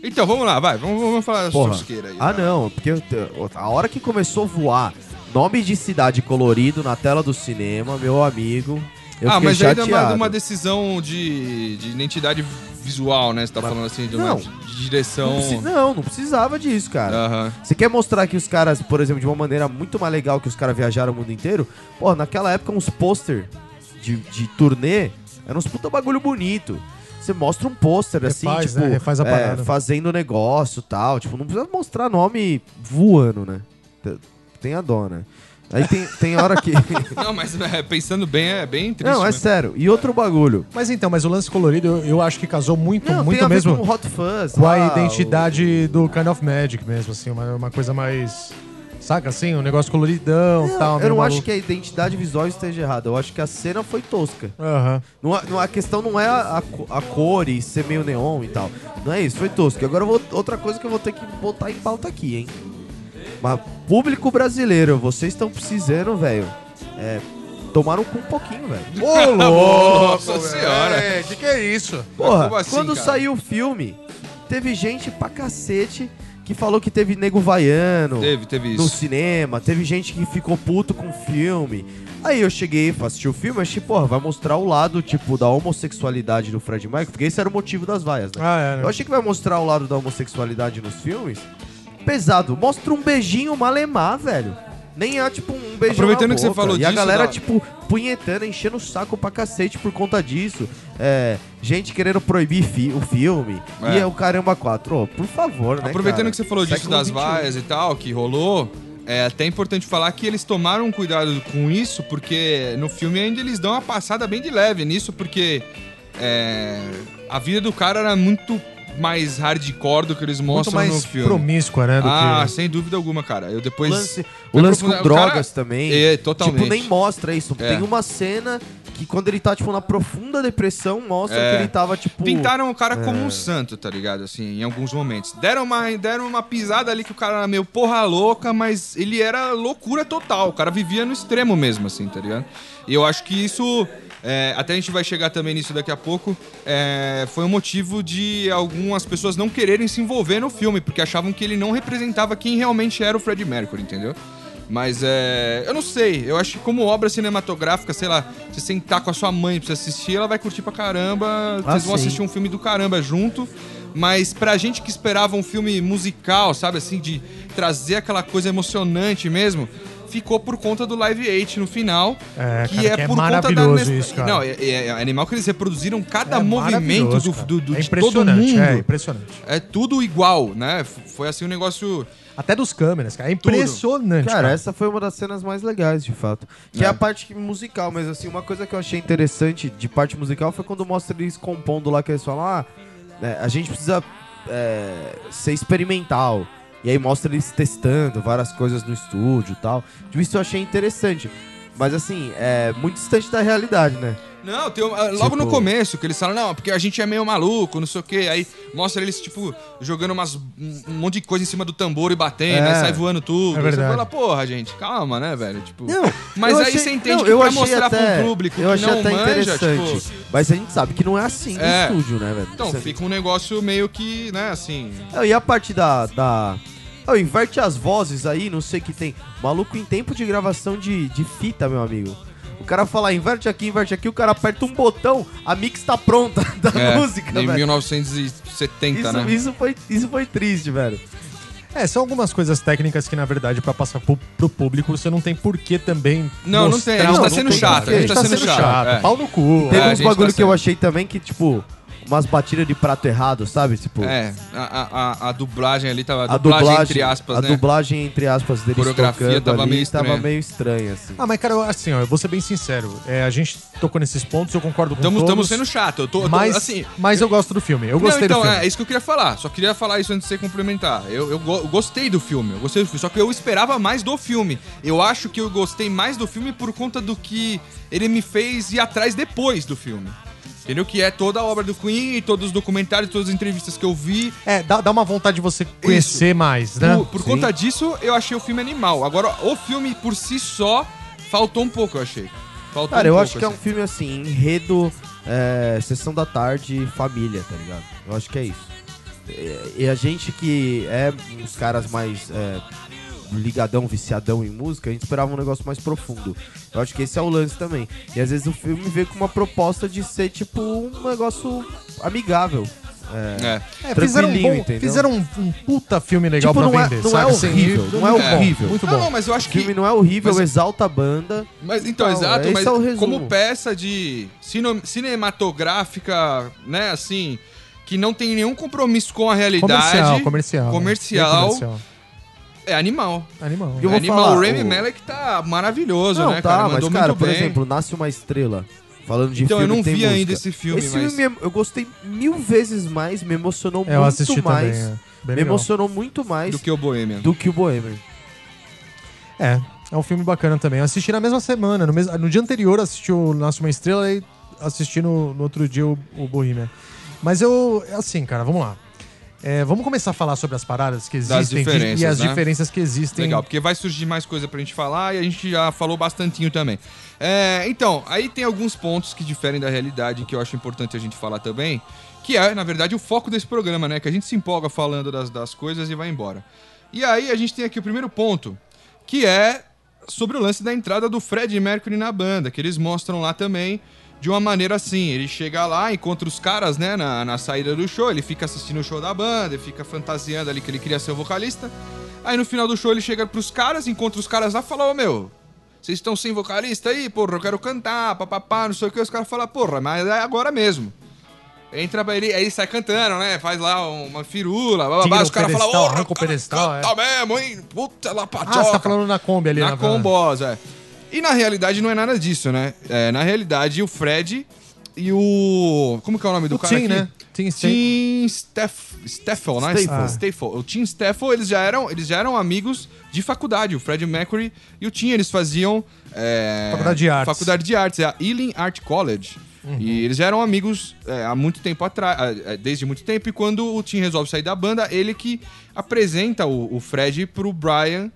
Então, vamos lá, vai, vamos, vamos falar
Porra.
churrasqueira aí. né?
ah,
vai.
não, porque eu te- a hora que começou a voar nome de cidade colorido na tela do cinema, meu amigo, eu
ah,
fiquei
mas ainda
chateado.
é uma, uma decisão de, de identidade visual, né? Você tá falando assim, de uma
não.
de direção.
não, preci- não, não precisava disso, cara.
Aham.
Você quer mostrar que os caras, por exemplo, de uma maneira muito mais legal que os caras viajaram o mundo inteiro? Pô, naquela época uns pôster de, de turnê eram uns puta bagulho bonito. Você mostra um pôster assim,
Refaz,
tipo,
né? Refaz a
é,
parada.
fazendo negócio e tal. Tipo, não precisa mostrar nome voando, né? T- Tem a dó, né? Aí tem, tem hora
<laughs>
que.
Não, mas é, pensando bem, é bem triste.
não, é
né?
sério. E outro bagulho.
Mas então, mas o lance colorido eu, eu acho que casou muito,
Não, tem
muito
a
mesmo
ver com Hot Fuzz.
com a
lá,
identidade do Kind of Magic mesmo, assim, uma, uma coisa mais. Saca assim? Um negócio coloridão
o-
e tal.
eu não acho que a identidade visual esteja errada. Eu acho que a cena foi tosca.
Aham.
Não, a- não, a questão não é a, a co- a cor e ser meio neon e tal. Não é isso, foi tosco. Agora eu vou- outra coisa que eu vou ter que botar em pauta aqui, hein? Mas público brasileiro, vocês estão precisando, velho. É. Tomaram com um pouquinho, velho.
Ô, <laughs>
Nossa senhora.
É, que que é isso?
Porra,
como assim,
quando
cara?
saiu o filme, teve gente pra cacete que falou que teve nego vaiano
Teve, teve
no
isso.
cinema, teve gente que ficou puto com o filme. Aí eu cheguei, assisti o filme, achei, porra, vai mostrar o lado, tipo, da homossexualidade do Fred Michael, porque esse era o motivo das vaias, né?
Ah, é.
Eu achei que vai mostrar o lado da homossexualidade nos filmes. Pesado, mostra um beijinho malemar, velho. Nem é tipo um beijinho.
Aproveitando
na
que você
boca.
falou
E a
disso,
galera,
da-
tipo, punhetando, enchendo o saco pra cacete por conta disso. É, gente querendo proibir fi- o filme.
É.
E é o caramba 4. Ô, por favor, né?
Aproveitando
cara?
que você falou disso
Século
das
21.
vaias e tal, que rolou, é até importante falar que eles tomaram um cuidado com isso, porque no filme ainda eles dão uma passada bem de leve nisso, porque é, a vida do cara era muito mais hardcore do que eles
Muito
mostram no
mais
filme.
promíscoa, né? Do
ah,
que...
sem dúvida alguma, cara. Eu
O
depois.
lance, o lance com
é, O cara-
drogas também.
É, totalmente.
Tipo, nem mostra isso.
É.
Tem uma cena que quando ele tá, tipo, na profunda depressão, mostra
É.
que ele tava, tipo.
Pintaram o cara como um santo, tá ligado? Assim, em alguns momentos. Deram uma, deram uma pisada ali que o cara era meio porra louca, mas ele era loucura total. O cara vivia no extremo mesmo, assim, tá ligado? E eu acho que isso. é, até a gente vai chegar também nisso daqui a pouco. é, foi um motivo de algumas pessoas não quererem se envolver no filme, porque achavam que ele não representava quem realmente era o Fred Mercury, entendeu? Mas é. Eu não sei. Eu acho que como obra cinematográfica, sei lá, você sentar com a sua mãe pra você assistir, ela vai curtir pra caramba.
Ah,
vocês vão
sim.
assistir um filme do caramba junto. Mas pra gente que esperava um filme musical, sabe, assim, de trazer aquela coisa emocionante mesmo, ficou por conta do Live 8 no final.
É, cara, que é maravilhoso isso, cara.
Não, é, é- é animal que eles reproduziram cada
É
movimento
maravilhoso,
do,
cara.
do, do-
é
de todo
impressionante,
mundo.
É
É,
impressionante.
tudo igual, né? F- Foi assim um negócio.
Até dos câmeras, cara. É impressionante.
Cara, essa foi uma das cenas mais legais, de fato. Que é,
É.
a parte musical, mas assim, uma coisa que eu achei interessante de parte musical foi quando mostra eles compondo lá, que eles falam, ah, é, a gente precisa é, ser experimental. E aí mostra eles testando várias coisas no estúdio e tal. Tipo, Isso eu achei interessante. Mas assim, é muito distante da realidade, né?
Não, tem uma- logo
Tipo-
no começo, que eles falam, não, porque a gente é meio maluco, não sei o quê. Aí mostra eles, tipo, jogando umas, um um monte de coisa em cima do tambor e batendo,
É.
aí sai voando tudo.
É
Aí
verdade.
Você fala, porra, gente, calma, né, velho? Tipo,
Não,
mas
eu
aí
achei-
você entende
não,
que
eu
pra
achei
mostrar pra
até-
um público
eu
que
achei
não
até
manja,
interessante.
tipo.
Mas a gente sabe que não é assim
É.
no estúdio, né, velho?
Então,
Você-
fica um negócio meio que, né, assim.
Não, E a parte da. da... Ah, inverte as vozes aí, não sei o que tem. Maluco em tempo de gravação de, de fita, meu amigo. O cara fala, inverte aqui, inverte aqui, o cara aperta um botão, a mix tá pronta <laughs> da
É,
música,
Em
velho.
1970,
Isso,
né? Tá
isso, foi, isso foi triste, velho.
É, são algumas coisas técnicas que, na verdade, pra passar pro, pro público, você não tem por que também.
Não, não tem, a gente tá sendo
tem
chato,
por quê.
a gente tá
sendo chato, é.
Pau no cu.
Teve
a
uns
gente tá
bagulho que
certo.
eu achei também que, tipo, umas batidas de prato errado, sabe? Tipo,
É, a, a, a- a dublagem ali tava.
a dublagem,
entre aspas,
a
né?
dublagem entre aspas deles
Coreografia
tocando
tava
ali,
meio estranha.
tava meio estranha, assim.
Ah, mas, cara, eu- assim, ó, eu vou ser bem sincero. É, a gente tocou nesses pontos, eu concordo com
Tamo,
todos.
tamo sendo chato. Eu tô, eu tô,
mas,
assim.
mas eu gosto do filme. Eu
Não,
gostei
então,
do filme.
é isso que eu queria falar. Só queria falar isso antes de você complementar. Eu, eu, go- eu gostei do filme, eu gostei do filme. Só que eu esperava mais do filme. Eu acho que eu gostei mais do filme por conta do que ele me fez ir atrás depois do filme. Entendeu? Que é toda a obra do Queen, todos os documentários, todas as entrevistas que eu vi.
É, dá, dá uma vontade de você conhecer mais,
Tá,
né?
Por, por conta disso, eu achei o filme animal. Agora, o filme por si só faltou um pouco, eu achei. Faltou
Cara,
um
eu
pouco,
acho que é um
assim.
filme assim, enredo, é, sessão da tarde, família, tá ligado? Eu acho que é isso. E, e a gente que é os caras mais é, ligadão, viciadão em música, a gente esperava um negócio mais profundo. Eu acho que esse é o lance também. E às vezes o filme vem com uma proposta de ser tipo um negócio amigável. É.
É.
É, fizeram um,
Tranquilinho,
bom,
entendeu?
fizeram um, um puta filme legal
Tipo,
pra
não é-
vender,
não
sabe?
é
Sem
horrível,
rir,
não é
muito bom,
horrível.
Muito
Não,
bom.
não, mas eu acho
O
que.
filme não é horrível,
mas-
exalta a banda.
Mas então,
Então,
exato,
esse
mas
é o resumo.
como peça de cino- cinematográfica, né, assim, que não tem nenhum compromisso com a realidade.
Comercial, comercial. né?
Comercial.
Bem comercial.
É animal.
Animal.
é
Eu vou
animal.
falar,
o Remy
o-
Malek tá maravilhoso,
Não,
né,
tá,
cara?
mas
Mandou
cara,
muito
por
bem.
exemplo, Nasce Uma Estrela. Falando de
Então, eu
filme
não
que tem
vi ainda
música.
esse filme,
Esse
mas...
filme é eu gostei mil vezes mais, me emocionou
É, eu
muito
assisti
mais.
também. É. Bem
Me
legal.
emocionou muito mais
do
do que,
que o Bohemian.
o Bohemian.
É, é um filme bacana também. Eu assisti na mesma semana. No, mes- no dia anterior assisti o Nasce Uma Estrela e assisti no, no outro dia o, o Bohemian. Mas eu... é Assim, cara, vamos lá. É, vamos começar a falar sobre as paradas que existem de-
diferenças,
e as
né?
diferenças que existem.
Legal, porque vai surgir mais coisa pra gente falar e a gente já falou bastantinho também. É, então, aí tem alguns pontos que diferem da realidade que eu acho importante a gente falar também, que é, na verdade, o foco desse programa, né? Que a gente se empolga falando das, das coisas e vai embora. E aí a gente tem aqui o primeiro ponto, que é sobre o lance da entrada do Fred Mercury na banda, que eles mostram lá também de uma maneira assim. Ele chega lá, encontra os caras, né, na, na saída do show, ele fica assistindo o show da banda, ele fica fantasiando ali que ele queria ser o vocalista. Aí no final do show ele chega pros caras, encontra os caras lá e fala, ô meu, vocês estão sem vocalista aí? Porra, eu quero cantar, papapá, não sei o que. Os caras falam, porra, mas é agora mesmo. Entra pra ele, aí ele sai cantando, né? Faz lá uma firula, blá, blá,
Tira
blá.
o
Os caras falam,
pedestal,
porra,
arranca o
o cara
pedestal, é.
canta Tá mesmo, hein? Puta lá
Ah, você tá falando na Kombi ali.
na combosa. E na realidade não é nada disso, né? É, na realidade o Fred e o... Como que é o nome do
O
cara
Tim,
aqui?
né? Tim Sta-
Tim Staff, Staffel, né?
Staffel.
Ah. Staffel. O Tim Staffel, eles já eram, eles já eram amigos de faculdade. O Fred Mercury e o Tim, eles faziam... é,
Faculdade de Artes.
Faculdade de Artes, é a Ealing Art College.
Uhum.
E eles já eram amigos é, há muito tempo atrás, é, é, desde muito tempo. E quando o Tim resolve sair da banda, ele que apresenta o, o Fred pro Brian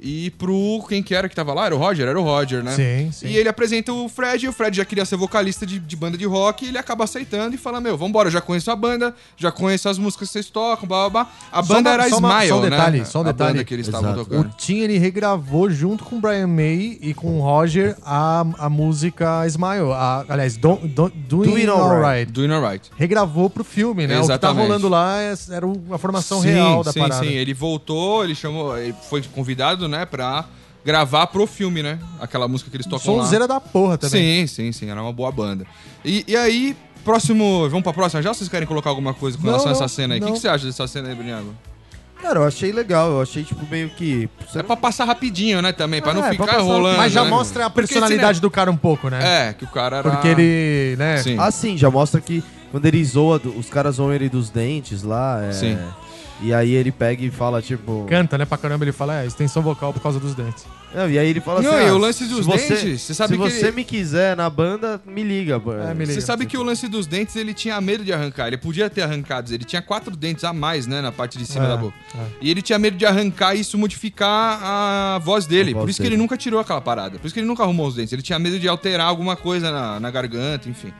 e pro. Quem que era que tava lá? Era o Roger? Era o Roger, né?
Sim, sim.
E ele apresenta o Fred, e o Fred já queria ser vocalista de, de banda de rock, e ele acaba aceitando e fala: Meu, vambora, eu já conheço a banda, já conheço as músicas que vocês tocam, blá blá blá. A
Só
banda
uma-
era
só uma-
Smile,
só um
né?
detalhe, só um
a
detalhe.
banda que eles estavam
Exato.
O
tocando.
Tim ele regravou junto com o Brian May e com o Roger a, a música Smile. A, aliás, Don't, Don't, Doing,
Doing
Alright.
Alright.
Doing Alright.
Regravou pro filme, né? O que tá
Exatamente.
rolando lá é- era o- a formação
Sim,
real da
sim,
parada.
Sim, ele voltou, ele chamou, ele foi convidado, né, pra gravar pro filme, né? Aquela música que eles tocam lá.
Sonzeira da porra também.
Sim, sim, sim, era uma boa banda. E, e aí, próximo, vamos pra próxima já? ou Vocês querem colocar alguma coisa com
Não,
relação a
não,
essa cena aí? O que,
não.
que você acha dessa cena aí, Bruniago?
Cara, eu achei legal, eu achei tipo meio que.
É pra passar rapidinho, né, também, pra não
É, pra
ficar
passar
rolando.
Mas já
né?
mostra a
Porque esse, né,
personalidade do cara um pouco, né?
É, que o cara era...
Porque ele, né?
Sim.
Assim, já mostra que quando ele zoa, do- os caras zoam ele dos dentes lá. é,
Sim.
E aí ele pega e fala, tipo.
Canta, né? Pra caramba, ele fala, é, extensão vocal por causa dos dentes. Tá
Não, e aí ele fala
Não,
assim.
e
ah,
o lance
se
dos dentes, você sabe
se
que
você
ele-
me quiser na banda, me liga. pô.
É, me liga.
Você sabe que o lance dos dentes, ele tinha medo de arrancar. Ele podia ter arrancado, ele tinha quatro dentes a mais, né, na parte de cima
É,
da boca.
é.
E ele tinha medo de arrancar e isso modificar a voz dele.
A voz
Por isso que
dele.
ele nunca tirou aquela parada. Por isso que ele nunca arrumou os dentes. Ele tinha medo de alterar alguma coisa na, na garganta, enfim.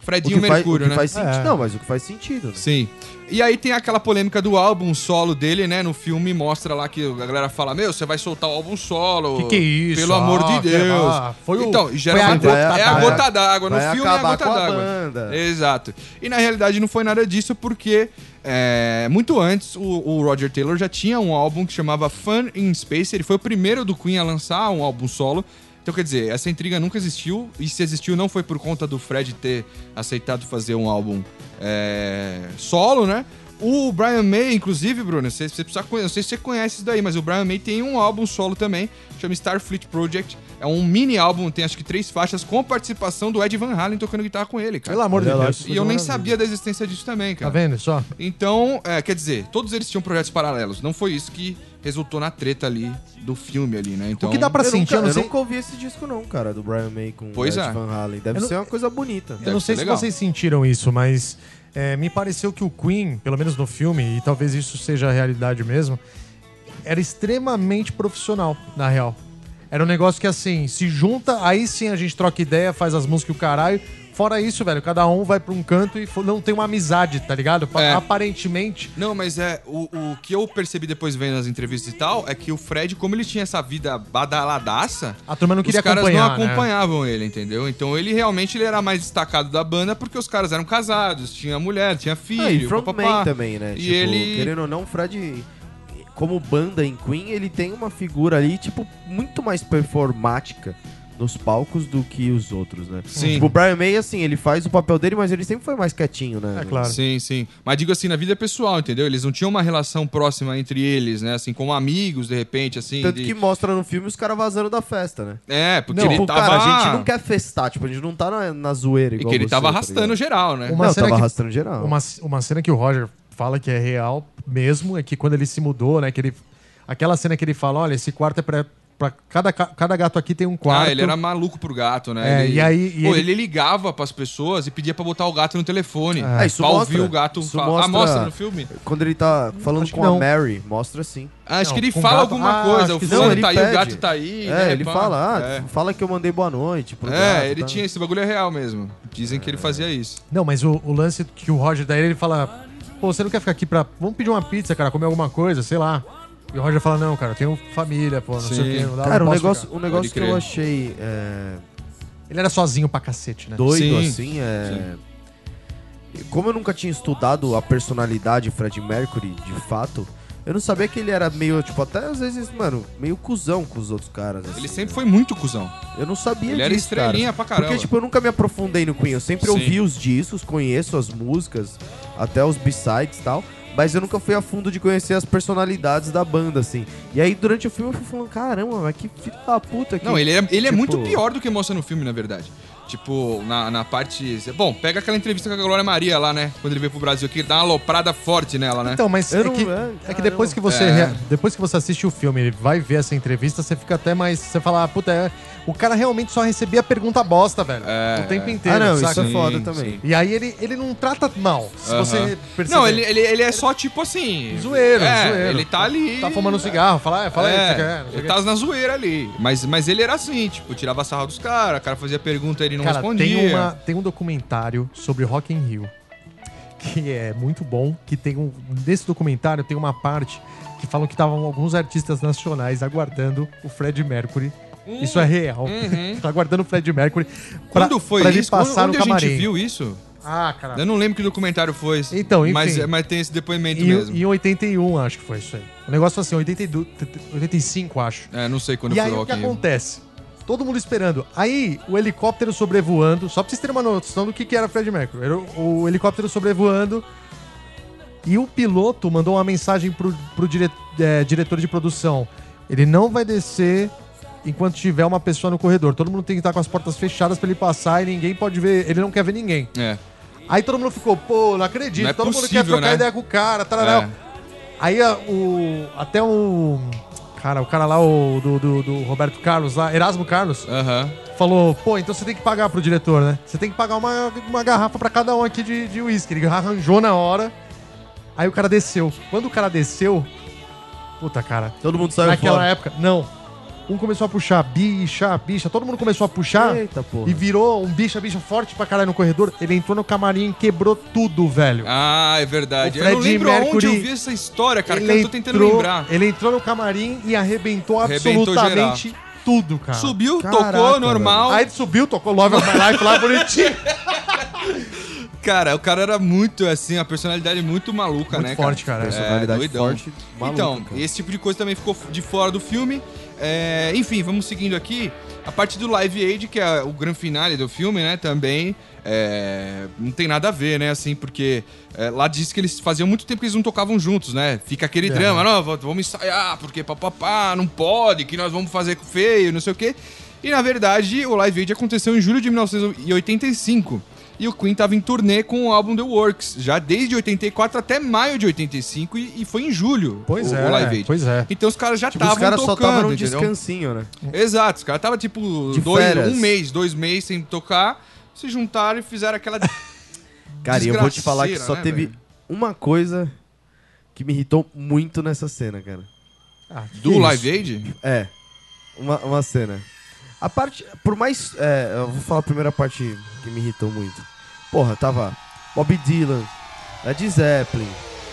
O
Fredinho
que, faz, o
Mercúrio,
que
né?
faz sentido.
É.
Não, mas o que faz sentido. né?
Sim. E aí tem aquela polêmica do álbum solo dele, né? No filme mostra lá que a galera fala: Meu, você vai soltar o álbum solo.
Que que é isso?
Pelo amor
Ah,
de
que-
Deus.
ah, foi o-
então, gera
foi a
uma
gota
gota, é a
d'água.
gota d'água. No
Vai
filme é a
acabar
gota
com a
d'água.
banda.
Exato. E na realidade não foi nada disso porque é, muito antes o, o Roger Taylor já tinha um álbum que chamava Fun in Space. Ele foi o primeiro do Queen a lançar um álbum solo. Então, quer dizer, essa intriga nunca existiu, e se existiu não foi por conta do Fred ter aceitado fazer um álbum é, solo, né? O Brian May, inclusive, Bruno, você, você precisa conhe- não sei se você conhece isso daí, mas o Brian May tem um álbum solo também, chama Starfleet Project. É um mini álbum, tem acho que três faixas, com participação do Ed Van Halen tocando guitarra com ele, cara.
Pelo amor de
Olha lá,
Deus.
E eu nem sabia da existência disso também,
Tá
cara.
vendo só?
Então, é, quer dizer, todos eles tinham projetos paralelos. Não foi isso que resultou na treta ali do filme ali, né? Então,
O que dá pra
eu
sentir,
nunca,
eu não
eu
sei.
nunca ouvi esse disco não, cara, do Brian May com
Pois
Ed
é.
Van Halen. Deve
Eu não-
ser uma coisa bonita.
Eu não sei
ser
se
legal.
vocês sentiram isso, mas é, me pareceu que o Queen, pelo menos no filme, e talvez isso seja a realidade mesmo, era extremamente profissional, na real. Era um negócio que assim, se junta, aí sim a gente troca ideia, faz as músicas e o caralho. Fora isso, velho, cada um vai pra um canto e fo- não tem uma amizade, tá ligado? Pa-
É.
Aparentemente.
Não, mas é o, o que eu percebi depois vendo as entrevistas e tal é que o Fred, como ele tinha essa vida badaladaça,
A turma não queria
os caras
acompanhar,
não
né?
acompanhavam ele, entendeu? Então ele realmente ele era mais destacado da banda porque os caras eram casados, tinha mulher, tinha filho,
Ah, e
papapá.
frontman também, né?
E
tipo,
ele-
querendo ou não, o Fred, como banda em Queen, ele tem uma figura ali, tipo, muito mais performática nos palcos do que os outros, né?
Sim.
Tipo, o Brian May, assim, ele faz o papel dele, mas ele sempre foi mais quietinho, né?
É claro.
Sim, sim. Mas digo assim, na vida pessoal, entendeu? Eles não tinham uma relação próxima entre eles, né? Assim, como amigos, de repente, assim.
Tanto
de-
que mostra no filme os caras vazando da festa, né?
É, porque
Não,
ele
tipo,
tava.
cara, a gente não quer festar, tipo, a gente não tá na, na zoeira
E
igual
que ele
você,
tava
tá
arrastando
ligado?
geral, né?
Uma
Não,
cena
tava
que-
arrastando geral.
Uma, uma cena que o Roger fala que é real mesmo é que quando ele se mudou, né? Que ele, aquela cena que ele fala: olha, esse quarto é pra. pra cada, ca- cada gato aqui tem um quarto.
Ah, ele era maluco pro gato, né?
É,
ele...
e aí- e
Pô,
ele-
ele... ligava pras pessoas e pedia pra botar o gato no telefone.
Ah, isso
pra
mostra.
ouvir o gato
Isso
falar. Ah,
mostra-
mostra no filme? Ah,
Quando ele tá falando
Acho que
com a
não.
Mary, mostra sim.
Acho
Não,
que ele
com
fala
gato-
alguma
Ah, acho
coisa. O
que
não,
fulano
ele
tá aí, o
pede.
gato tá aí.
É,
né?
ele
Pá.
fala, ah,
É.
fala que eu mandei boa noite pro gato,
É, ele
tá? É.
tinha esse bagulho é real mesmo. Dizem que ele fazia isso.
Não, mas o, o lance que o Roger dá ele, ele fala: pô, você não quer ficar aqui pra. Vamos pedir uma pizza, cara, comer alguma coisa, sei lá. E o Roger fala: não, cara, eu tenho família, pô, não sei o
Sim.
que. Não dá,
Cara,
não
um
posso
negócio,
ficar."
um negócio que eu
né, crer.
achei é,
Ele era sozinho pra cacete, né?
doido,
Sim.
assim, é... Como eu nunca tinha estudado a personalidade Fred Mercury, de fato, eu não sabia que ele era meio, tipo, até às vezes, mano, meio cuzão com os outros caras. assim,
Ele sempre
né?
foi muito cuzão.
Eu não sabia
Ele era
disso, cara.
estrelinha pra caramba.
Porque, tipo, eu nunca me aprofundei no Queen. Eu sempre
Sim.
ouvi os discos, conheço as músicas, até os b-sides e tal. Mas eu nunca fui a fundo de conhecer as personalidades da banda, assim. E aí, durante o filme, eu fui falando, caramba, mas que filho da puta que...
Não, ele, é, ele é
Tipo-
muito pior do que mostra no filme, na verdade. Tipo, na, na parte. Bom, pega aquela entrevista com a Glória Maria lá, né? Quando ele veio pro Brasil aqui, ele dá uma aloprada forte nela, né?
Então, mas
Eu
é
não-
que,
é,
é que depois que você
É.
rea- depois que você assiste o filme, ele vai ver essa entrevista, você fica até mais, você fala, "Ah, puta, é- o cara realmente só recebia pergunta bosta, velho, o tempo inteiro,
Ah, não,
saca?
isso é foda
É. Sim,
também.
sim.
E aí ele, ele não trata mal. Se
Aham.
você perceber.
Não, ele, ele, ele é só tipo assim.
zoeiro,
é,
zoeiro.
Ele tá ali.
Tá fumando cigarro, fala, é, fala aí, você
É,
quer,
ele tá na zoeira ali. Mas, mas ele era assim, tipo, tirava sarro dos caras, o cara fazia pergunta ele não
Cara,
respondia.
tem, uma, tem um documentário sobre Rock in Rio que é muito bom, que tem um nesse documentário tem uma parte que falam que estavam alguns artistas nacionais aguardando o Fred Mercury. Isso é real.
Hum, Uhum.
tá <laughs> aguardando o Fred Mercury pra,
Quando foi
pra ele
isso?
passar no
Onde onde a
camarim.
gente viu isso?
Ah, cara.
Eu não lembro que documentário foi esse.
Então, enfim.
Mas, é, mas tem esse depoimento
Em,
mesmo.
em 81, acho que foi isso aí. O negócio foi assim, 82, 85, acho.
É, não sei quando
E
foi
aí o
o
que
Rock in Rio.
acontece? Todo mundo esperando. Aí o helicóptero sobrevoando, só pra vocês terem uma noção do que, que era Fred Mercury. Era o, o helicóptero sobrevoando. E o piloto mandou uma mensagem pro, pro dire- é, diretor de produção. Ele não vai descer enquanto tiver uma pessoa no corredor. Todo mundo tem que estar com as portas fechadas pra ele passar e ninguém pode ver. Ele não quer ver ninguém.
É.
Aí todo mundo ficou, pô, não acredito.
Não é
todo mundo quer
possível,
trocar
né?
ideia com o cara, tarará.
É.
Aí a- o. Até o. Cara, o cara lá, o do, do- do Roberto Carlos lá, Erasmo Carlos,
Aham.
falou, pô, então você tem que pagar pro diretor, né? Você tem que pagar uma, uma garrafa pra cada um aqui de, de uísque. Ele arranjou na hora. Aí o cara desceu. Quando o cara desceu. Puta, cara. Tá
Todo mundo saiu
naquela
fora.
época. Não. Um começou a puxar bicha, bicha, todo mundo começou a puxar
Eita, porra.
e virou um bicha, bicha forte pra caralho no corredor. Ele entrou no camarim e quebrou tudo, velho.
Ah, é verdade.
O
Eu não
Freddie
lembro
Mercury-
onde eu vi essa história, cara, que eu tô tentando
entrou,
lembrar.
Ele entrou no camarim e arrebentou
Arrebentou
absolutamente tudo, cara.
Subiu,
Caraca,
tocou, normal.
Ah, Aí ele subiu, tocou Love of My Life lá
<laughs>
bonitinho.
Cara, o cara era muito, assim, a personalidade muito maluca,
Muito
né?
forte, cara.
Personalidade
doidão.
forte, maluca,
então,
cara.
esse tipo de coisa também ficou de fora do filme. É, enfim, vamos seguindo aqui. A parte do Live Aid, que é o grande finale do filme, né? Também é, não tem nada a ver, né? Assim, porque é, lá diz que eles faziam muito tempo que eles não tocavam juntos, né? Fica aquele drama, não, v- vamos ensaiar, porque papapá, não pode, que nós vamos fazer feio, não sei o quê. E na verdade, o Live Aid aconteceu em julho de 1985. E o Queen tava em turnê com o álbum The Works, já desde 84 até maio de 85, e, e foi em julho
Pois
o,
é,
o Live Aid.
pois é.
Então os caras já
Tipo,
estavam
os caras só
tocando,
estavam num
entendeu?
descansinho, né?
Exato, os caras estavam tipo
De
dois,
férias.
um mês, dois meses sem tocar, se juntaram e
<laughs>
fizeram aquela...
Cara, e eu vou te falar que
Desgraceira,
só
né,
teve
velho?
uma coisa que me irritou muito nessa cena, cara.
Ah,
Do Live Aid?
É, uma, uma cena. A parte, por mais, é, eu vou falar a primeira parte que me irritou muito. Porra, tava Bob Dylan, Led Zeppelin,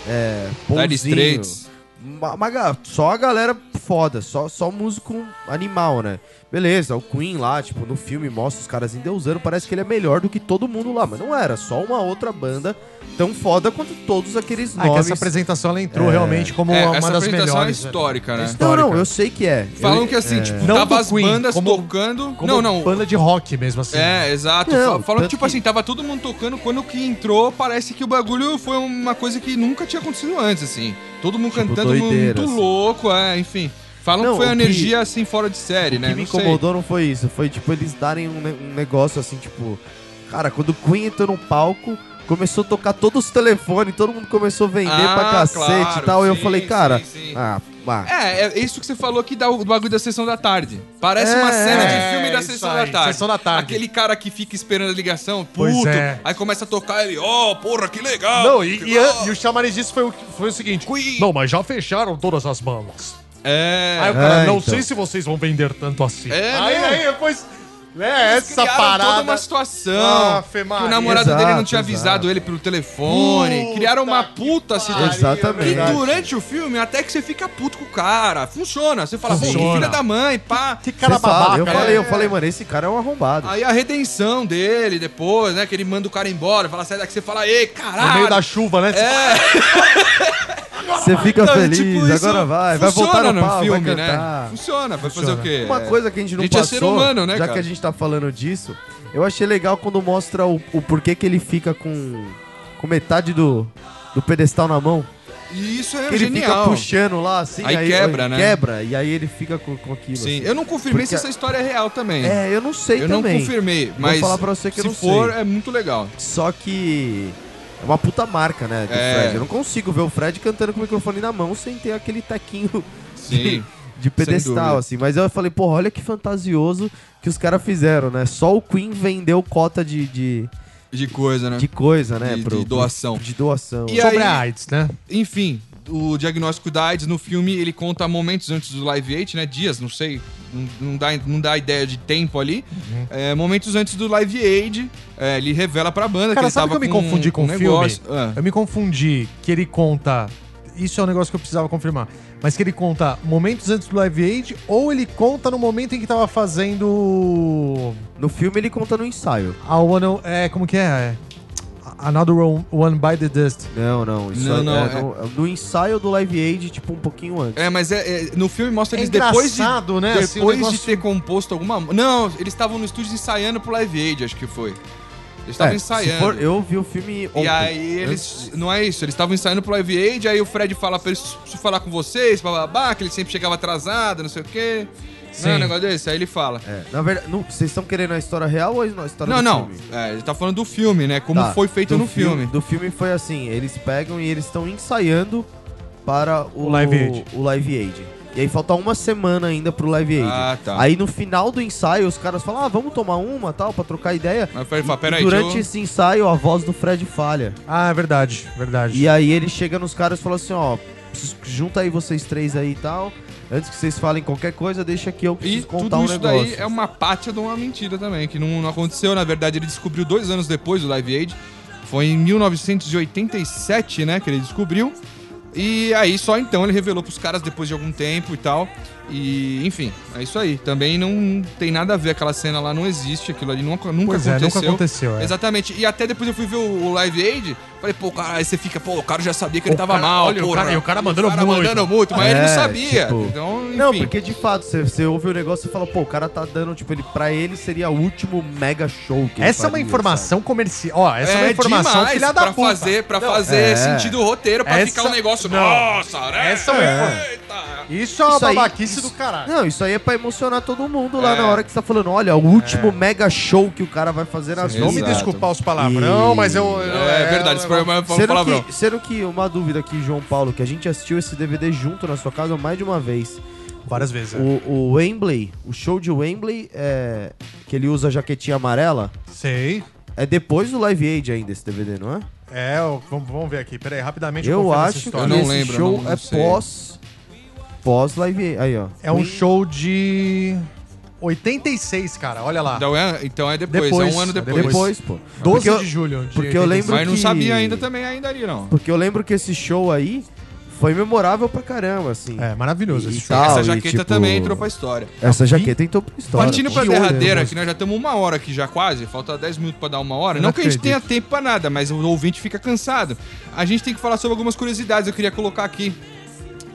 é,
Dire
Ponzinho,
Straits.
uma, uma ga- só a galera foda, só, só músico animal, né? Beleza, o Queen lá, tipo, no filme mostra os caras endeusando, parece que ele é melhor do que todo mundo lá, mas não era, só uma outra banda tão foda quanto todos aqueles
Ah, é que
nomes.
essa apresentação ela entrou realmente como
É,
uma
essa
das
apresentação
melhores.
é
velho.
histórica, né?
Não, não,
histórica.
eu sei que é.
Falam
Eu-
que assim, tipo,
Não
tava
do
as
Queen,
bandas
como-
tocando...
Como
não, não,
Banda de rock mesmo, assim.
É, exato.
Não,
Fa- Falam que,
tanto
tipo
que-
assim, tava todo mundo tocando, quando que entrou, parece que o bagulho foi uma coisa que nunca tinha acontecido antes, assim. Todo mundo
Tipo,
cantando
doideira,
muito
assim.
louco, é, enfim. Falam
Não,
que foi uma
o que-
energia, assim, fora de série,
O
né?
que me
Não sei.
incomodou não foi isso, foi tipo eles darem um, ne- um negócio assim, tipo, cara, quando o Queen entrou no palco, começou a tocar todos os telefones, todo mundo começou a vender
Ah,
pra cacete
claro,
e tal, e eu
sim,
falei, cara,
sim, sim.
ah, pá.
É, é isso que você falou que dá o bagulho da sessão da tarde. Parece uma
É,
cena
é,
de filme da
isso
sessão
aí,
da tarde.
Sessão da Tarde.
Aquele cara que fica esperando a ligação,
Pois
puto,
é.
aí começa a tocar ele, ó, porra, que legal.
Não, e,
que
e, a-
legal.
e o chamariz disso foi o, foi o seguinte:
Queen.
Não, mas já fecharam todas as bandas.
É.
Aí o cara,
É,
não
então.
sei se vocês vão vender tanto assim.
É,
aí,
né?
aí depois. Né,
Eles
essa
criaram toda
parada.
uma situação.
Ave
que
Maria.
o namorado dele não tinha
Exato,
avisado
exato.
ele pelo telefone.
Puta
criaram uma
que
puta
pariu,
situação. E
Exatamente.
durante o filme, até que você fica puto com o cara. Funciona. Você fala, pô,
Funciona.
filha da mãe, pá.
Que cara
Você fala,
babaca.
eu
né?
falei, eu falei, mano, esse cara é um arrombado.
Aí a redenção dele depois, né? Que ele manda o cara embora, fala, sai daqui, você fala, ei,
No meio da
caralho!
chuva, né?
Você fica
Então,
feliz,
tipo, isso
agora vai, vai voltar no palco, vai cantar.
né? Funciona, vai fazer
Funciona.
o quê?
Uma coisa que a gente não
Gente, é
passou,
ser humano, né,
já
cara?
que a gente tá falando disso, eu achei legal quando mostra o, o porquê que ele fica com, com metade do, do pedestal na mão.
E isso é
Que ele
genial.
fica puxando lá, assim,
Aí quebra, né?
Quebra, e aí ele fica com, com aquilo.
Sim,
assim.
eu não confirmei se
Porque-
essa história é real também.
É, eu não sei
eu não
também.
confirmei, mas
falar pra você que eu
se
não
for,
sei.
é muito legal.
Só que é uma puta marca, né, do
É.
Fred. Eu não consigo ver o Fred cantando com o microfone na mão sem ter aquele tequinho <laughs>
Sim.
de pedestal,
dúvida.
assim. Mas eu falei, porra, olha que fantasioso que os caras fizeram, né? Só o Queen vendeu cota de, de,
De coisa, né?
de coisa, né?
De- de doação.
de doação.
E
Sobre
aí-
a AIDS, né?
Enfim, o diagnóstico da AIDS no filme ele conta momentos antes do Live Aid, né? Dias, não sei, não, não dá, não dá ideia de tempo ali.
Uhum.
É, momentos antes do Live Aid, é, ele revela pra banda que
Cara,
ele
sabe que eu
tava
me
com,
confundi com
um
o filme?
negócio. Ah,
Eu me confundi que ele conta. Isso é um negócio que eu precisava confirmar. Mas que ele conta momentos antes do Live Aid ou ele conta no momento em que tava fazendo.
No filme ele conta no ensaio.
A One. É, como que é? É, Another One, One by the Dust.
Não, não. Isso
Não,
é-
não,
é
é-
No, é no ensaio do Live Aid, tipo, um pouquinho antes.
É, mas é, é, no filme mostra
É
eles depois de.
engraçado, né? Assim, o
Depois de
negócio-
ter composto alguma. Não, eles estavam no estúdio ensaiando pro Live Aid, acho que foi. Eles estavam
É,
ensaiando.
se for- eu vi o filme ontem.
E aí eles. Não é isso, eles estavam ensaiando pro Live Aid, aí o Fred fala pra eles preciso falar com vocês, bababá, que ele sempre chegava atrasado, não sei o quê. Não, é um
Sim.
negócio desse, aí ele fala.
É, na verdade, não- vocês estão querendo a história real ou a história
Não,
do
não.
filme?
É, ele tá falando do filme, né? Como
Tá,
foi feito
do
no filme.
Do filme foi assim, eles pegam e eles estão ensaiando para o,
O Live Aid.
o Live Aid. E aí falta uma semana ainda pro Live Aid.
Ah, tá.
Aí no final do ensaio, os caras falam, ah, vamos tomar uma, tal, pra trocar ideia.
Mas ele fala,
E
peraí,
durante
deixa eu-
esse ensaio, a voz do Fred falha.
Ah, é verdade, verdade.
E aí ele chega nos caras e fala assim, ó, preciso- junta aí vocês três aí e tal. Antes que vocês falem qualquer coisa, deixa que eu
E
preciso contar
tudo
um
isso
negócio.
daí é uma pátia de uma mentira também, que não, não aconteceu. Na verdade, ele descobriu dois anos depois do Live Aid. Foi em 1987, né, que ele descobriu. E aí só então ele revelou pros caras depois de algum tempo e tal. E, enfim, é isso aí. Também não tem nada a ver, aquela cena lá não existe, aquilo ali nunca, nunca
Pois é,
aconteceu.
nunca aconteceu, é.
Exatamente. E até depois eu fui ver o, o Live Aid, falei, pô, cara, aí você fica, pô, o cara já sabia que ele
O
tava
cara-
mal,
olha, o
porra.
cara- e o cara mandando
O cara
muito.
mandando muito, mas ele
É,
não sabia.
tipo-
Então, enfim.
Não, porque de fato, você, você ouve o negócio e fala, pô, o cara tá dando, tipo, ele, pra ele seria o último mega show que ele
Essa é uma
faria,
informação comercial. Ó, essa é, uma informação
demais
filha da
pra
puta.
fazer, pra fazer
é.
sentido o roteiro, pra
Essa-
ficar um negócio.
não.
Nossa, né? Tá.
Essa é.
Eita.
Isso é uma
Isso aí-
babaquice
isso-
do caralho.
sabe? Não, isso aí é pra emocionar todo mundo lá
É.
na hora que você tá falando, olha, o último mega show que o cara vai fazer na
Vão me
Exato.
desculpar os palavrão,
E-
mas eu. eu-
É, verdade, esse programa é um
Sendo
palavrão.
que, sendo que uma dúvida aqui, João Paulo, que a gente assistiu esse DVD junto na sua casa mais de uma vez.
Várias vezes. é.
O, o Wembley, o show de Wembley, é, que ele usa a jaquetinha amarela,
Sei.
é depois do Live Aid ainda esse DVD, não é?
É, ó, vamos, vamos ver aqui. Peraí, rapidamente.
Eu,
confiro essa
acho que
história.
Eu não
esse
lembro,
show
não- não
é
sei.
pós. Pós Live Aid. Aí, ó.
É um
Queen-
show de 86, cara. Olha lá.
Então é, então é depois,
Depois,
é um ano
é
depois.
Depois, pô.
12
Porque eu-
de julho. de
porque eu lembro-
86.
Mas não
que-
sabia ainda também, ainda ali, não.
Porque eu lembro que esse show aí foi memorável pra caramba, assim.
É, maravilhoso
E
esse show.
tal,
Essa
e,
jaqueta
tipo,
também entrou pra história.
Essa jaqueta entrou pra história.
Partindo
pô.
pra
Que olho,
derradeira,
né,
que nós já estamos uma hora aqui já quase, falta 10 minutos pra dar uma hora.
Eu
Não,
não
que a gente
acredito.
tenha tempo pra nada, mas o ouvinte fica cansado. A gente tem que falar sobre algumas curiosidades, eu queria colocar aqui.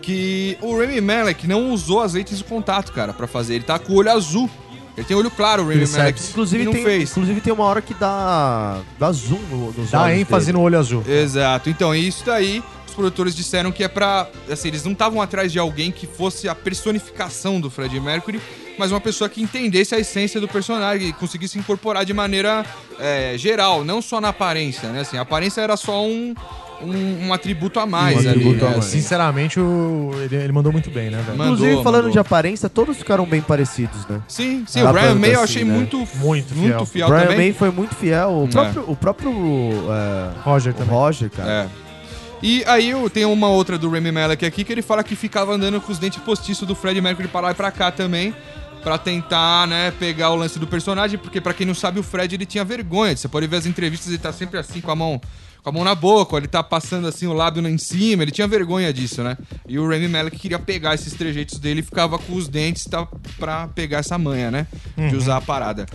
Que o Remy Malek não usou as lentes de contato, cara, pra fazer. Ele tá com o olho azul. Ele tem olho claro, o Remy
Percebe.
Malek. e
Inclusive
não
tem,
fez.
inclusive tem uma hora que dá, dá zoom no, nos
Dá
olhos
ênfase
dele.
no olho azul.
É.
Exato. Então, isso daí, os produtores disseram que é pra. Assim, eles não estavam atrás de alguém que fosse a personificação do Fred Mercury, mas uma pessoa que entendesse a essência do personagem e conseguisse incorporar de maneira é, geral, não só na aparência, né? Assim, a aparência era só um, um, um atributo a mais
Um
ali.
atributo a
né?
mais.
Assim,
é, Sinceramente, o- ele, ele mandou muito bem, né, velho?
Mandou,
Inclusive, falando
mandou.
de aparência, todos ficaram bem parecidos, né?
Sim, sim,
Dá
o Brian
pra
May eu
assim,
achei
né?
muito,
Muito
muito fiel,
fiel.
Brian
também.
May foi muito fiel. O
É.
próprio, o próprio é,
Roger
o
também.
Roger, cara.
É. E aí eu tenho uma outra do Remy Malek aqui que ele fala que ficava andando com os dentes postiços do Fred Mercury pra lá e pra cá também. Pra tentar, né, pegar o lance do personagem, porque pra quem não sabe, o Fred ele tinha vergonha. Você pode ver as entrevistas, ele tá sempre assim com a mão, com a mão na boca, ó, ele tá passando assim o lábio em cima, ele tinha vergonha disso, né? E o Remy Malek queria pegar esses trejeitos dele e ficava com os dentes tá, pra pegar essa manha, né?
Uhum.
De usar a parada.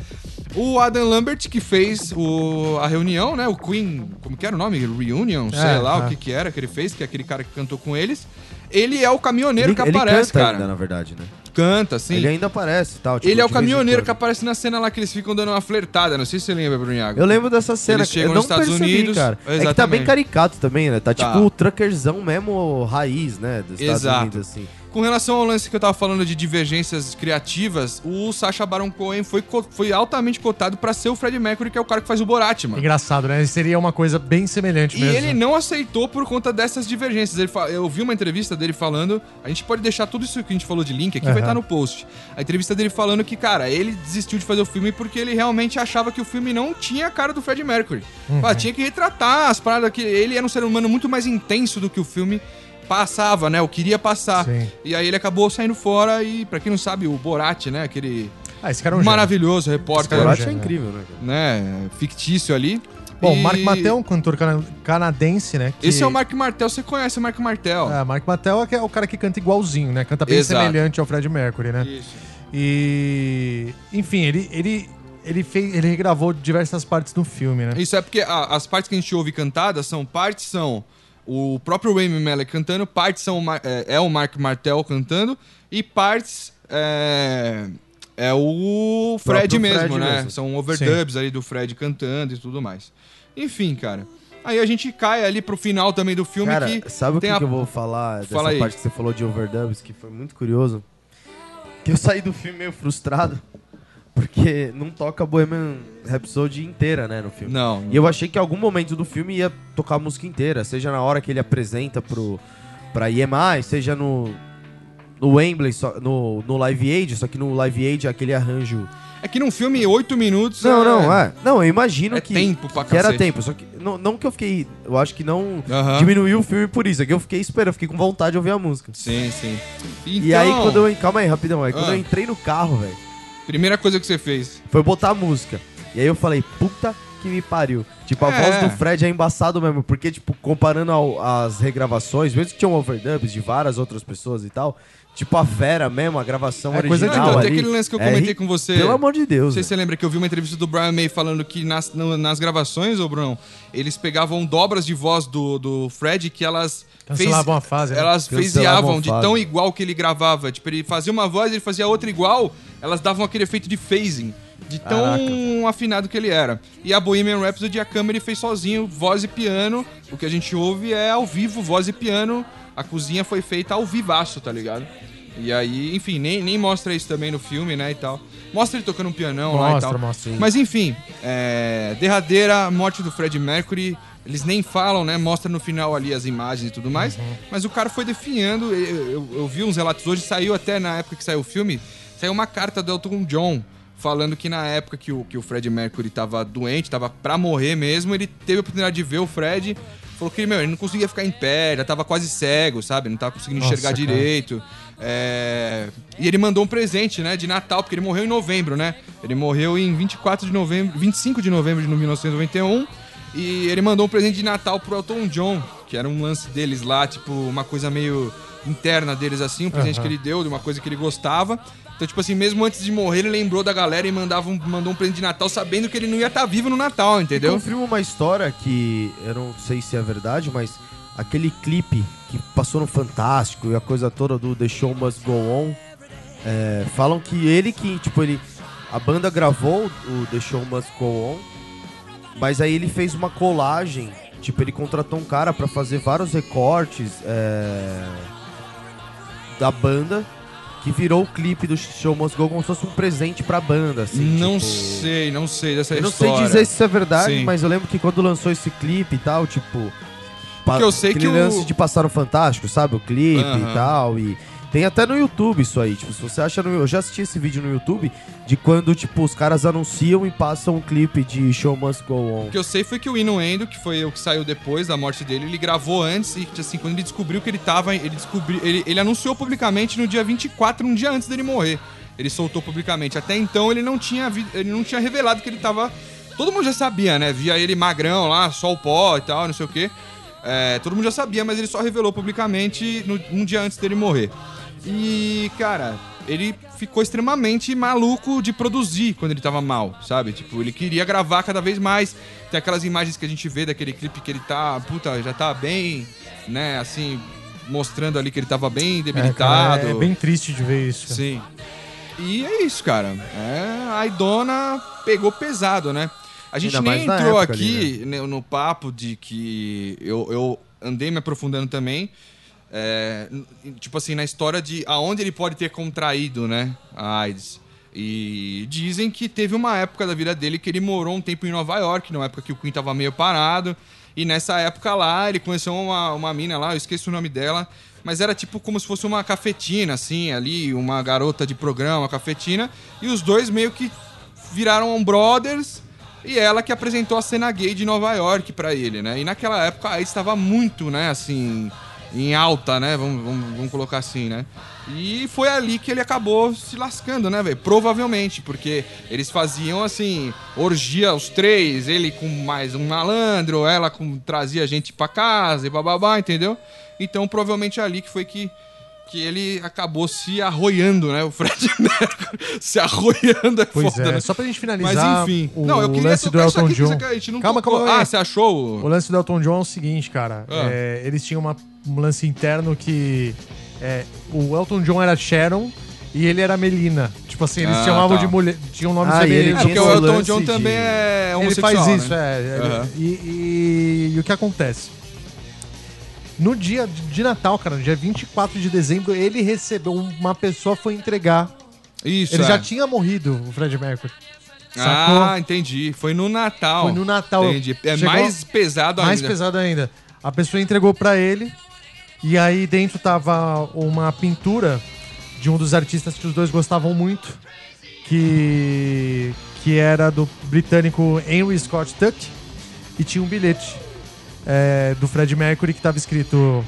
O Adam Lambert, que fez o- a reunião, né? O Queen, como que era o nome? Reunion, sei
É,
lá
é.
o que que era que ele fez, que é aquele cara que cantou com eles. Ele é o caminhoneiro que
ele
aparece,
canta
cara.
ainda, na verdade, né?
Canta, sim.
Ele
Ele é,
ainda aparece e tal. tipo,
o
de vez em
caminhoneiro
quando.
que aparece na cena lá que eles ficam dando uma flertada. Não sei se você lembra, Brunhago.
Eu lembro dessa cena.
Eles
que
chegam
eu não
nos Estados
percebi,
Unidos,
cara. É que tá
exatamente.
bem caricato também, né? Tá,
Tá.
tipo o truckerzão mesmo raiz, né? Dos Estados
Exato.
Unidos, assim.
Com relação ao lance que eu tava falando de divergências criativas, o Sacha Baron Cohen foi, co- foi altamente cotado pra ser o Fred Mercury, que é o cara que faz o Borat, mano.
Engraçado, né? Seria uma coisa bem semelhante
E
mesmo.
ele não aceitou por conta dessas divergências. Ele fa- Eu vi uma entrevista dele falando. A gente pode deixar tudo isso que a gente falou de link aqui, vai
Aham.
estar no post. A entrevista dele falando que, cara, ele desistiu de fazer o filme porque ele realmente achava que o filme não tinha a cara do Fred Mercury.
Uhum.
Fala, tinha que retratar as paradas que. Ele era um ser humano muito mais intenso do que o filme passava, né? Eu queria passar.
Sim.
E aí ele acabou saindo fora e, pra quem não sabe, o Borat, né? Aquele
Ah, esse cara é um gênio.
maravilhoso
Esse cara
repórter,
Eu
é um
acho
gênio, né?
incrível, né? cara?
né? Fictício ali.
Bom,
E-
o Mark Mattel, um cantor cana- canadense, né? que-
Esse é o Mark Martel, você conhece o Mark Martel.
É, Mark Mattel é que- é o cara que canta igualzinho, né? Canta bem
Exato.
semelhante ao Fred Mercury, né?
Isso.
E. Enfim, ele. ele... Ele, fez, ele regravou diversas partes do filme, né?
Isso é porque a- as partes que a gente ouve cantadas são partes são o próprio Remy Malek cantando, partes são o Mar- é, é o Mark Martel cantando e partes é, é o Fred
Próprio
mesmo,
Fred
né?
mesmo.
São overdubs ali do Fred cantando e tudo mais. Enfim, cara. Aí a gente cai ali pro final também do filme
Cara,
que
sabe o que,
tem a-
que eu vou falar dessa
Fala aí.
parte que você falou de overdubs, que foi muito curioso? Que eu saí do filme meio frustrado, <laughs> porque não toca Bohemian Rhapsody inteira, né, no filme.
não,
E eu achei que em algum momento do filme ia tocar a música inteira, seja na hora que ele apresenta pro, pra EMI, seja no, no Wembley, só, no, no Live Aid, só que no Live Aid é aquele arranjo.
É que num filme, oito minutos.
Não, não, é. Não, eu imagino
É
que.
tempo pra
que era
cacete.
tempo, só que. Não, não que eu fiquei. Eu acho que não
Aham.
diminuiu o filme por isso. É que eu fiquei esperando, eu fiquei com vontade de ouvir a música.
Sim, sim.
E aí
Então,
quando eu. Calma aí, rapidão. Aí quando
Ah.
eu entrei no carro, velho,
Primeira coisa que você fez.
foi botar a música. E aí eu falei, puta que me pariu. Tipo, a
É.
voz do Fred é embaçado mesmo, porque, tipo, comparando ao- às regravações, mesmo que tinham overdubs de várias outras pessoas e tal, tipo, a Vera mesmo, a gravação
É coisa
original
de
Não, então,
ali,
tem aquele lance que eu
é
comentei
ri-
com você.
Pelo amor de
Não
Deus,
sei se você lembra que eu vi uma entrevista do Brian May falando que nas, no- nas gravações, ô Bruno, eles pegavam dobras de voz do, do Fred que elas.
Cancelavam a fase, né?
Elas
Cancelavam
faseavam
a
de
fase.
tão igual que ele gravava. Tipo, ele fazia uma voz, ele fazia outra igual, elas davam aquele efeito de phasing. De tão afinado que ele era. E a Bohemian Rhapsody, a câmera ele fez sozinho, voz e piano. O que a gente ouve é ao vivo, voz e piano. A cozinha foi feita ao vivaço, tá ligado? E aí, enfim, nem, nem mostra isso também no filme, né, e tal. Mostra ele tocando um pianão lá e
Mostra,
tal.
mostra, sim.
Mas enfim, é, derradeira morte do Fred Mercury. Eles nem falam, né? Mostra no final ali as imagens e tudo mais. Mas o cara foi definhando. Eu, eu- eu vi uns relatos hoje, saiu até na época que saiu o filme, saiu uma carta do Elton John falando que na época que o, que o Fred Mercury tava doente, tava pra morrer mesmo, ele teve a oportunidade de ver o Fred. Falou que, meu, ele não conseguia ficar em pé, já tava quase cego, sabe? Não tava conseguindo
Nossa,
enxergar
cara.
direito direito. É, E ele mandou um presente, né, de Natal, porque ele morreu em novembro, né? Ele morreu em 24 de novembro, 25 de novembro de 1991. E ele mandou um presente de Natal pro Elton John, que era um lance deles lá, tipo, uma coisa meio interna deles assim, um presente que ele deu de uma coisa que ele gostava. Então, tipo assim, mesmo antes de morrer, ele lembrou da galera e mandava um, mandou um presente de Natal sabendo que ele não ia estar vivo no Natal,
Eu
entendeu?
confirmo uma história que eu não sei se é verdade, mas aquele clipe que passou no Fantástico e a coisa toda do The Show Must Go On, é, falam que ele que, tipo, ele a banda gravou o The Show Must Go On, mas aí ele fez uma colagem, tipo, ele contratou um cara pra fazer vários recortes é, da banda que virou o clipe do Show Must Go On como se fosse um presente pra banda, assim.
não
tipo-
sei, não sei dessa
eu não sei
história.
dizer se isso é verdade,
Sim.
mas eu lembro que quando lançou esse clipe e tal, tipo.
Porque eu sei
aquele
que o-
lance de passar no Fantástico, sabe? O clipe
Aham.
e tal. E tem até no YouTube isso aí. Tipo, se você acha no. Eu já assisti esse vídeo no YouTube de quando, tipo, os caras anunciam e passam um clipe de Show Must Go On.
O que eu sei foi que o Inuendo, que foi o que saiu depois da morte dele, ele gravou antes e, assim, quando ele descobriu que ele tava. Ele, descobriu, ele, ele anunciou publicamente no dia 24, um dia antes dele morrer. Ele soltou publicamente. Até então ele não tinha, vi- ele não tinha revelado que ele tava. Todo mundo já sabia, né? Via ele magrão lá, só o pó e tal, não sei o quê. É, todo mundo já sabia, mas ele só revelou publicamente no- um dia antes dele morrer. E, cara, ele ficou extremamente maluco de produzir quando ele tava mal, sabe? Tipo, ele queria gravar cada vez mais. Tem aquelas imagens que a gente vê daquele clipe que ele tá, puta, já tá bem, né, assim, mostrando ali que ele tava bem
É, cara,
debilitado.
é bem triste de ver isso.
Sim. E é isso, cara. É, a Idona pegou pesado, né? A gente
Ainda
nem
mais na
entrou
época
né?
aqui no, né, no papo de que eu, eu andei me aprofundando também. é, n- tipo assim, na história de aonde ele pode ter contraído, né? A AIDS. E dizem que teve uma época da vida dele que ele morou um tempo em Nova York, numa época que o Queen tava meio parado. E nessa época lá, ele conheceu uma, uma mina lá, eu esqueço o nome dela, mas era tipo como se fosse uma cafetina, assim, ali, uma garota de programa, cafetina. E os dois meio que viraram um brothers e ela que apresentou a cena gay de Nova York pra ele, né? E naquela época aí estava muito, né, assim, em alta, né? Vamos, vamos- vamos colocar assim, né? E foi ali que ele acabou se lascando, né, velho? Provavelmente, porque eles faziam assim, orgia os três, ele com mais um malandro, ela com trazia gente pra casa e bababá, entendeu? Então, provavelmente ali que foi que que ele acabou se arroiando, né? O Fred <laughs> Mercury se arroiando é
Pois
foda,
é,
né?
só pra gente finalizar
Mas enfim.
o
não, eu queria
lance do
tocar isso
Elton
aqui, que isso
John.
aqui a gente não
Calma,
tocou.
calma é. aí.
Ah, você achou?
O lance do Elton John é o seguinte, cara.
Ah.
é, eles tinham uma- um lance interno que é, o Elton John era Sharon e ele era Melina. Tipo assim, eles
Ah,
chamavam
tá.
de mulher. Tinham nomes
Ah, e ele
É,
femininos.
tinha
porque
esse
o Elton
lance
John
de-
também é
Ele
homossexual,
faz isso,
né?
é. ele-
Aham.
E, e- e o que acontece? No dia de de Natal, cara, no dia 24 de dezembro, ele recebeu. Uma pessoa foi entregar.
Isso,
ele
é.
já tinha morrido, o Fred Mercury. Sacou?
Ah, entendi. Foi no Natal.
Foi no Natal.
Entendi. É
Chegou-
mais pesado
Mais
ainda.
pesado ainda. A pessoa entregou pra ele e aí dentro tava uma pintura de um dos artistas que os dois gostavam muito, que, que era do britânico Henry Scott Tuck, e tinha um bilhete é, do Fred Mercury que estava escrito: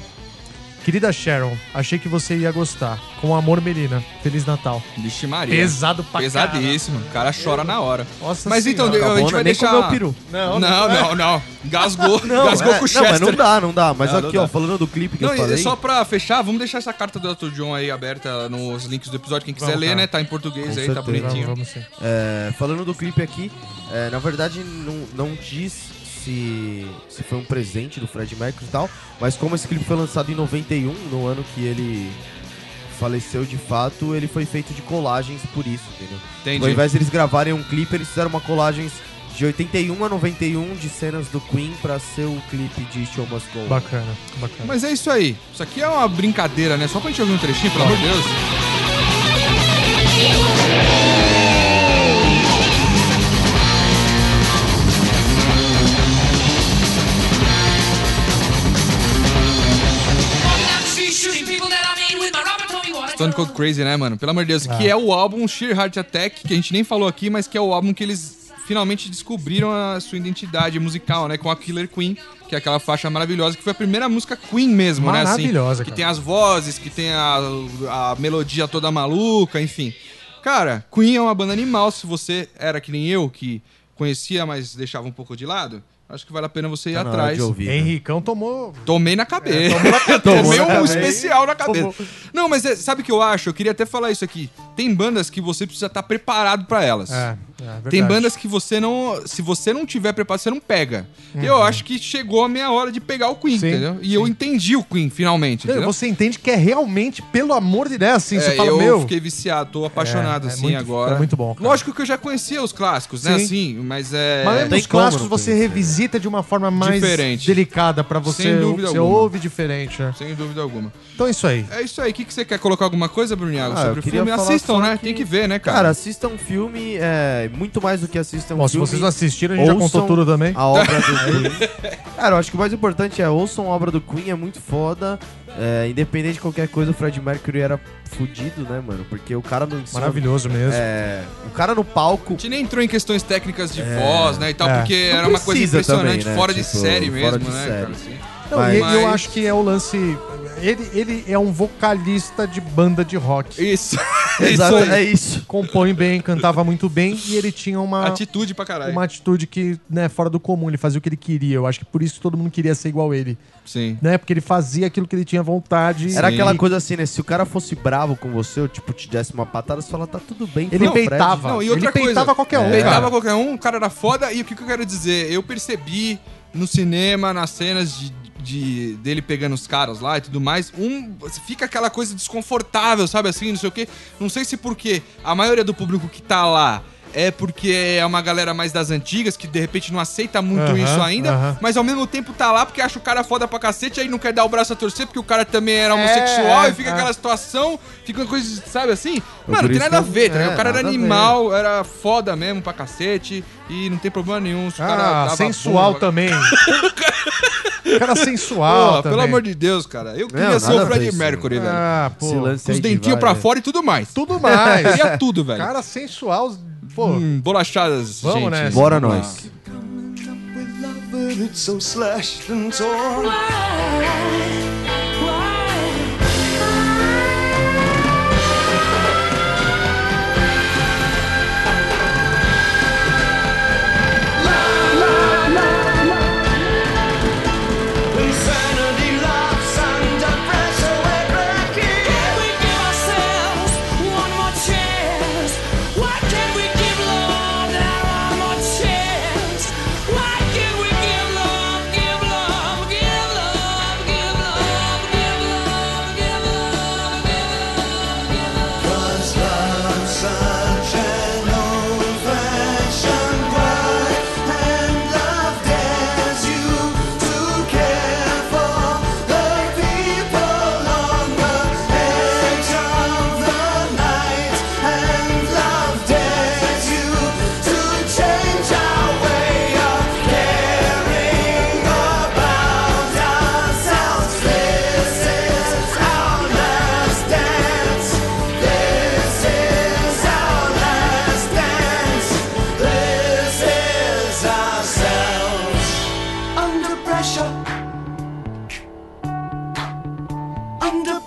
Querida Sharon, achei que você ia gostar. Com amor, Melina. Feliz Natal.
Vixe Maria.
Pesado pra
Pesadíssimo. O cara chora na hora.
caralho. Nossa
Mas então,
senhora.
a
Acabou,
gente
né?
vai
Nem
deixar...
comeu peru.
Não, não,
é.
não.
<laughs>
Gasgou.
Não,
gasgou
é-
com o
não,
Chester.
mas não dá, não dá. Mas
Não, não
aqui,
dá.
ó, falando do clipe que
Não,
eu
e
falei.
só pra fechar, vamos deixar essa carta do Dr. John aí aberta nos links do episódio. Quem quiser
Vamos,
ler,
cara.
né? Tá em português
Com
aí, tá
certeza.
Vamos,
bonitinho.
vamos sim.
É, falando do clipe aqui, é, na verdade não, não diz se, se foi um presente do Fred Mercury e tal, mas como esse clipe foi lançado em 91, no ano que ele faleceu de fato, ele foi feito de colagens por isso, entendeu? Ao
Entendi.
invés de eles gravarem um clipe, eles fizeram uma colagens de 81 a 91 de cenas do Queen pra ser o clipe de Show Must Go. On.
Bacana, bacana.
Mas é isso aí. Isso aqui é uma brincadeira, né? Só pra gente ouvir um trechinho, pelo amor de Deus.
Shooting people that I mean with my Robert Tommy water.
Stone Cold Crazy, né, mano? Pelo amor de Deus.
Ah.
Que é o álbum Sheer Heart Attack, que a gente nem falou aqui, mas que é o álbum que eles finalmente descobriram a sua identidade musical, né? Com a Killer Queen, que é aquela faixa maravilhosa, que foi a primeira música Queen mesmo, né? assim,
Maravilhosa,
Que
cara.
tem as vozes, que tem a, a melodia toda maluca, enfim. Cara, Queen é uma banda animal. Se você era que nem eu, que conhecia, mas deixava um pouco de lado, acho que vale a pena você ir
Tá na hora
atrás.
de ouvir, né?
Henricão tomou.
Tomei na
É,
cabeça. <laughs> Tomei
na
um
cabeça.
especial na cabeça.
Tomou.
Não, mas é- sabe o que eu acho? Eu queria até falar isso aqui. Tem bandas que você precisa estar preparado pra elas.
É, é verdade.
Tem bandas que você não. Se você não tiver preparado, você não pega. Eu acho que chegou a minha hora de pegar o Queen,
Uhum. Sim,
entendeu? E eu entendi o Queen, finalmente.
Não,
Entendeu?
Você entende que é realmente, pelo amor de Deus, assim, você
É,
fala,
eu
meu.
fiquei viciado, tô apaixonado,
É, é
assim,
muito-
agora.
é muito bom, cara.
Lógico que eu já conhecia os clássicos, né?
Sim.
Assim, mas é.
Mas mesmo
tem
os
como
clássicos
não
você
conhecer.
revisita de uma forma mais
Diferente.
delicada pra você.
Sem dúvida
você
alguma.
ouve diferente, né?
Sem dúvida alguma.
Então é isso aí.
É isso aí. O que, que você quer colocar alguma coisa, Bruniago,
Ah, eu
sobre o
queria
filme?
falar
Assistam,
só
né?
que-
Tem que ver, né, cara?
Cara, assista um filme, é, muito mais do que
É
assista um
Bom, se
filme.
vocês não assistiram, a gente já
Ouçam
contou tudo também.
A obra do Queen. Cara, eu acho que o mais importante é ouçam a obra do Queen, é muito foda. É, independente de qualquer coisa, o Fred Mercury era fudido, né, mano? Porque o cara no som-
Maravilhoso mesmo.
É, o cara no palco.
A gente nem entrou em questões técnicas de voz, né, e tal,
É.
porque
Não
era uma coisa
precisa
impressionante,
também, né,
fora de
tipo,
série mesmo,
fora de
né,
série.
cara? assim.
Não,
mas-
e ele- eu
mas-
acho que é o lance. Ele, ele é um vocalista de banda de rock.
<laughs> Isso.
Exato,
Isso aí.
é isso.
Compõe bem, cantava muito bem e ele tinha
é
uma,
Atitude pra caralho.
uma atitude que, né, fora do comum. Ele fazia o que ele queria. Eu acho que por isso que todo mundo queria ser igual ele.
Sim.
né? Porque ele fazia aquilo que ele tinha vontade. Ah,
Era
Sim.
aquela coisa assim, né? Se o cara fosse bravo com você, ou tipo, te desse uma patada, você fala, tá tudo bem.
Ele
foi o Fred.
peitava.
Não, e outra
ele peitava
coisa.
qualquer um,
Peitava
cara.
qualquer um, o cara era foda, e o que, que eu quero dizer? Eu percebi no cinema, nas cenas de, de- dele pegando os caras lá e tudo mais, um fica aquela coisa desconfortável, sabe assim, não sei o quê. Não sei se porque a maioria do público que tá lá é porque é uma galera mais das antigas que de repente não aceita muito
Aham,
isso ainda,
aham.
mas ao mesmo tempo tá lá porque acha o cara foda pra cacete, aí não quer dar o braço a torcer porque o cara também era homossexual
é,
e fica
é.
aquela situação, fica uma coisa, sabe assim?
Eu
Mano,
por
não tem
isso
nada a
não-
ver, tá ligado?
é,
O cara era
nada a ver.
animal, era foda mesmo pra cacete e não tem problema nenhum. Os cara
Ah,
dava
sensual
bunda.
também. O <laughs> cara sensual
Porra,
também.
pelo amor de Deus, cara. Eu queria ser
nada
o
a ver
Fred
isso,
Mercury, velho.
Ah, pô.
Esse lance
Com os
aí de
dentinhos
vai,
pra
né?
fora e tudo mais.
Tudo mais. <laughs>
<laughs> Queria tudo, velho.
cara sensual. Pô,
Hum, bolachadas,
Vamos
gente.
nessa.
é. Bora
Vamos lá.
nós.
coming up with love, but it's so slashed and torn. Insanity laughs under pressure, we're breaking.
Can we give ourselves one more chance? Why can't we give love now one more chance? Why can't we give love, give love, give love, give love?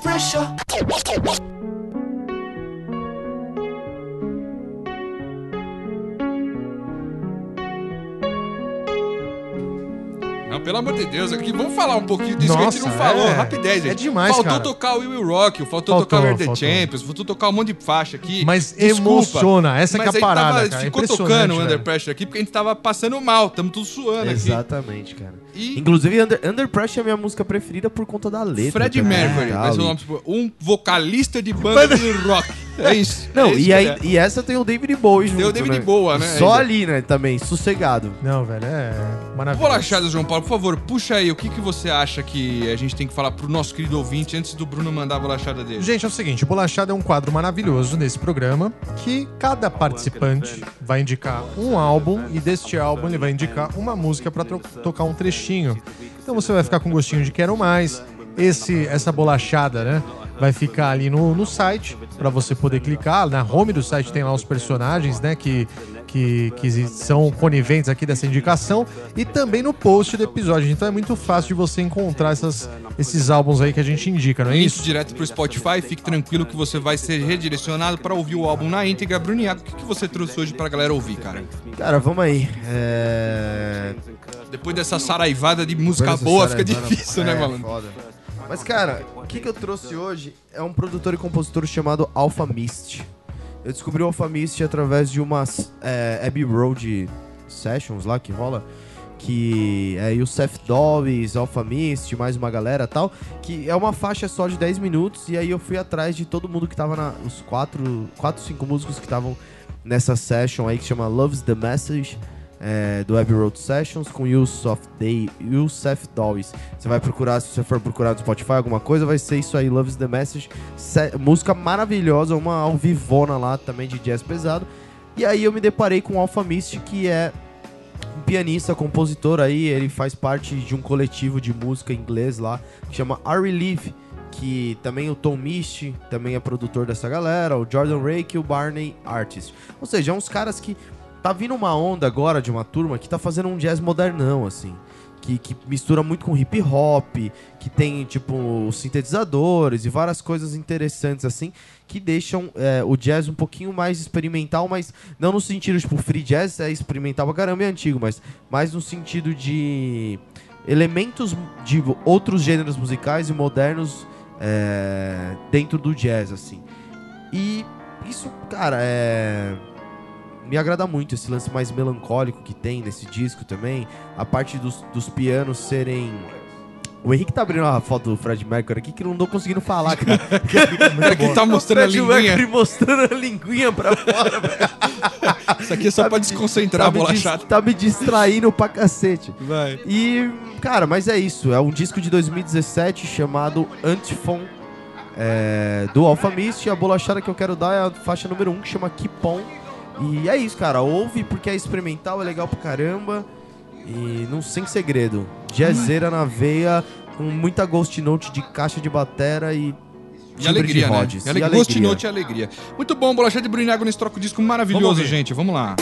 pressure.
Não, pelo amor de Deus, aqui vamos falar um pouquinho disso que a gente não
Nossa,
falou,
é.
rapidez. gente.
É demais,
Faltou
cara.
tocar o Will Will Rock, faltou,
Faltou,
tocar o Air The
faltou.
Champions, faltou tocar um monte de faixa aqui.
Mas
Desculpa,
emociona, essa que é a
mas aí
parada,
tava-
cara,
Ficou
impressionante,
tocando o Under
velho.
Pressure aqui porque a gente tava passando mal, tamo tudo suando aqui.
Exatamente, cara.
E-
Inclusive, Under, Under Pressure é a minha música preferida por conta da letra.
Fred
também, tá
Mercury,
tal,
vai ser o
e-
nome, tipo, um vocalista de banda de rock. É isso.
<laughs> Não,
é isso
e,
que
aí,
é.
e essa tem o David Bowie junto,
o David
né?
Bowie, né,
Só
ainda.
ali, né, também, sossegado.
Não, velho, é maravilhoso.
Bolachada, João Paulo, por favor, puxa aí o que, que você acha que a gente tem que falar pro nosso querido ouvinte antes do Bruno mandar a bolachada dele.
Gente, é o seguinte, o Bolachada é um quadro maravilhoso nesse programa que cada participante vai indicar um álbum e deste álbum ele vai indicar uma música para tocar um trechinho. Então você vai ficar com gostinho de quero mais. Esse, essa bolachada, né? Vai ficar ali no, no site para você poder clicar. Na home do site tem lá os personagens, né? Que, que, que são coniventes aqui dessa indicação. E também no post do episódio. Então é muito fácil de você encontrar essas, esses álbuns aí que a gente indica, não é
Isso
isso?
direto pro Spotify, fique tranquilo que você vai ser redirecionado para ouvir o álbum na íntegra. Bruno Iaco, o que, que você trouxe hoje pra galera ouvir, cara?
Cara, vamos aí. É...
Depois dessa saraivada de música
Depois dessa
boa, fica
saraivada-
difícil, né,
É,
malandro?
foda. Mas, cara, o que, que eu trouxe hoje é um produtor e compositor chamado Alpha Mist. Eu descobri o Alpha Mist através de umas é, Abbey Road Sessions lá que rola. Que é o Seth Dobbs, Alpha Mist, mais uma galera e tal. Que é uma faixa só de 10 minutos. E aí eu fui atrás de todo mundo que tava na. Os 4, 4 5 músicos que estavam nessa session aí que chama Love's the Message. é, do Abbey Road Sessions com Yusuf Day, Yusuf Dawes. Você vai procurar, se você for procurar no Spotify alguma coisa, vai ser isso aí, Love's the Message. Se- música maravilhosa, uma ao vivona lá também de jazz pesado. E aí eu me deparei com o Alpha Mist, que é um pianista, compositor aí, ele faz parte de um coletivo de música inglês lá, que chama Our Relief, que também o Tom Mist também é produtor dessa galera, o Jordan Rake e o Barney Artist. Ou seja, é uns caras que tá vindo uma onda agora de uma turma que tá fazendo um jazz modernão, assim. Que, que mistura muito com hip hop, que tem, tipo, sintetizadores e várias coisas interessantes, assim, que deixam é, o jazz um pouquinho mais experimental, mas não no sentido, tipo, free jazz é experimental pra caramba e antigo, mas mais no sentido de elementos de outros gêneros musicais e modernos é, dentro do jazz, assim. E isso, cara, é. Me agrada muito esse lance mais melancólico que tem nesse disco também. A parte dos, dos pianos serem. O Henrique tá abrindo a foto do Fred Mercury aqui que eu não tô conseguindo falar,
<laughs>
cara.
Cara, que tá mostrando a
Fred
linguinha.
Mercury mostrando a linguinha pra fora, velho.
Isso aqui é só pra desconcentrar a
me dis-
bolachada.
tá me distraindo pra cacete.
Vai.
E, cara, mas é isso. É um disco de 2017 chamado Antifon é, do Alpha Mist. E a bolachada que eu quero dar é a faixa número 1 que chama Kipon. E é isso, cara. Ouve porque é experimental, é legal pra caramba. E não sem segredo. Jazzeira na veia, com muita ghost note de caixa de batera e.
E
timbre
alegria,
de
né?
rods.
E
E
ale-
alegria.
Gost Note e alegria. Muito bom, bolachada de Bruno Iago nesse troco disco maravilhoso,
Vamos ouvir.
gente. Vamos lá.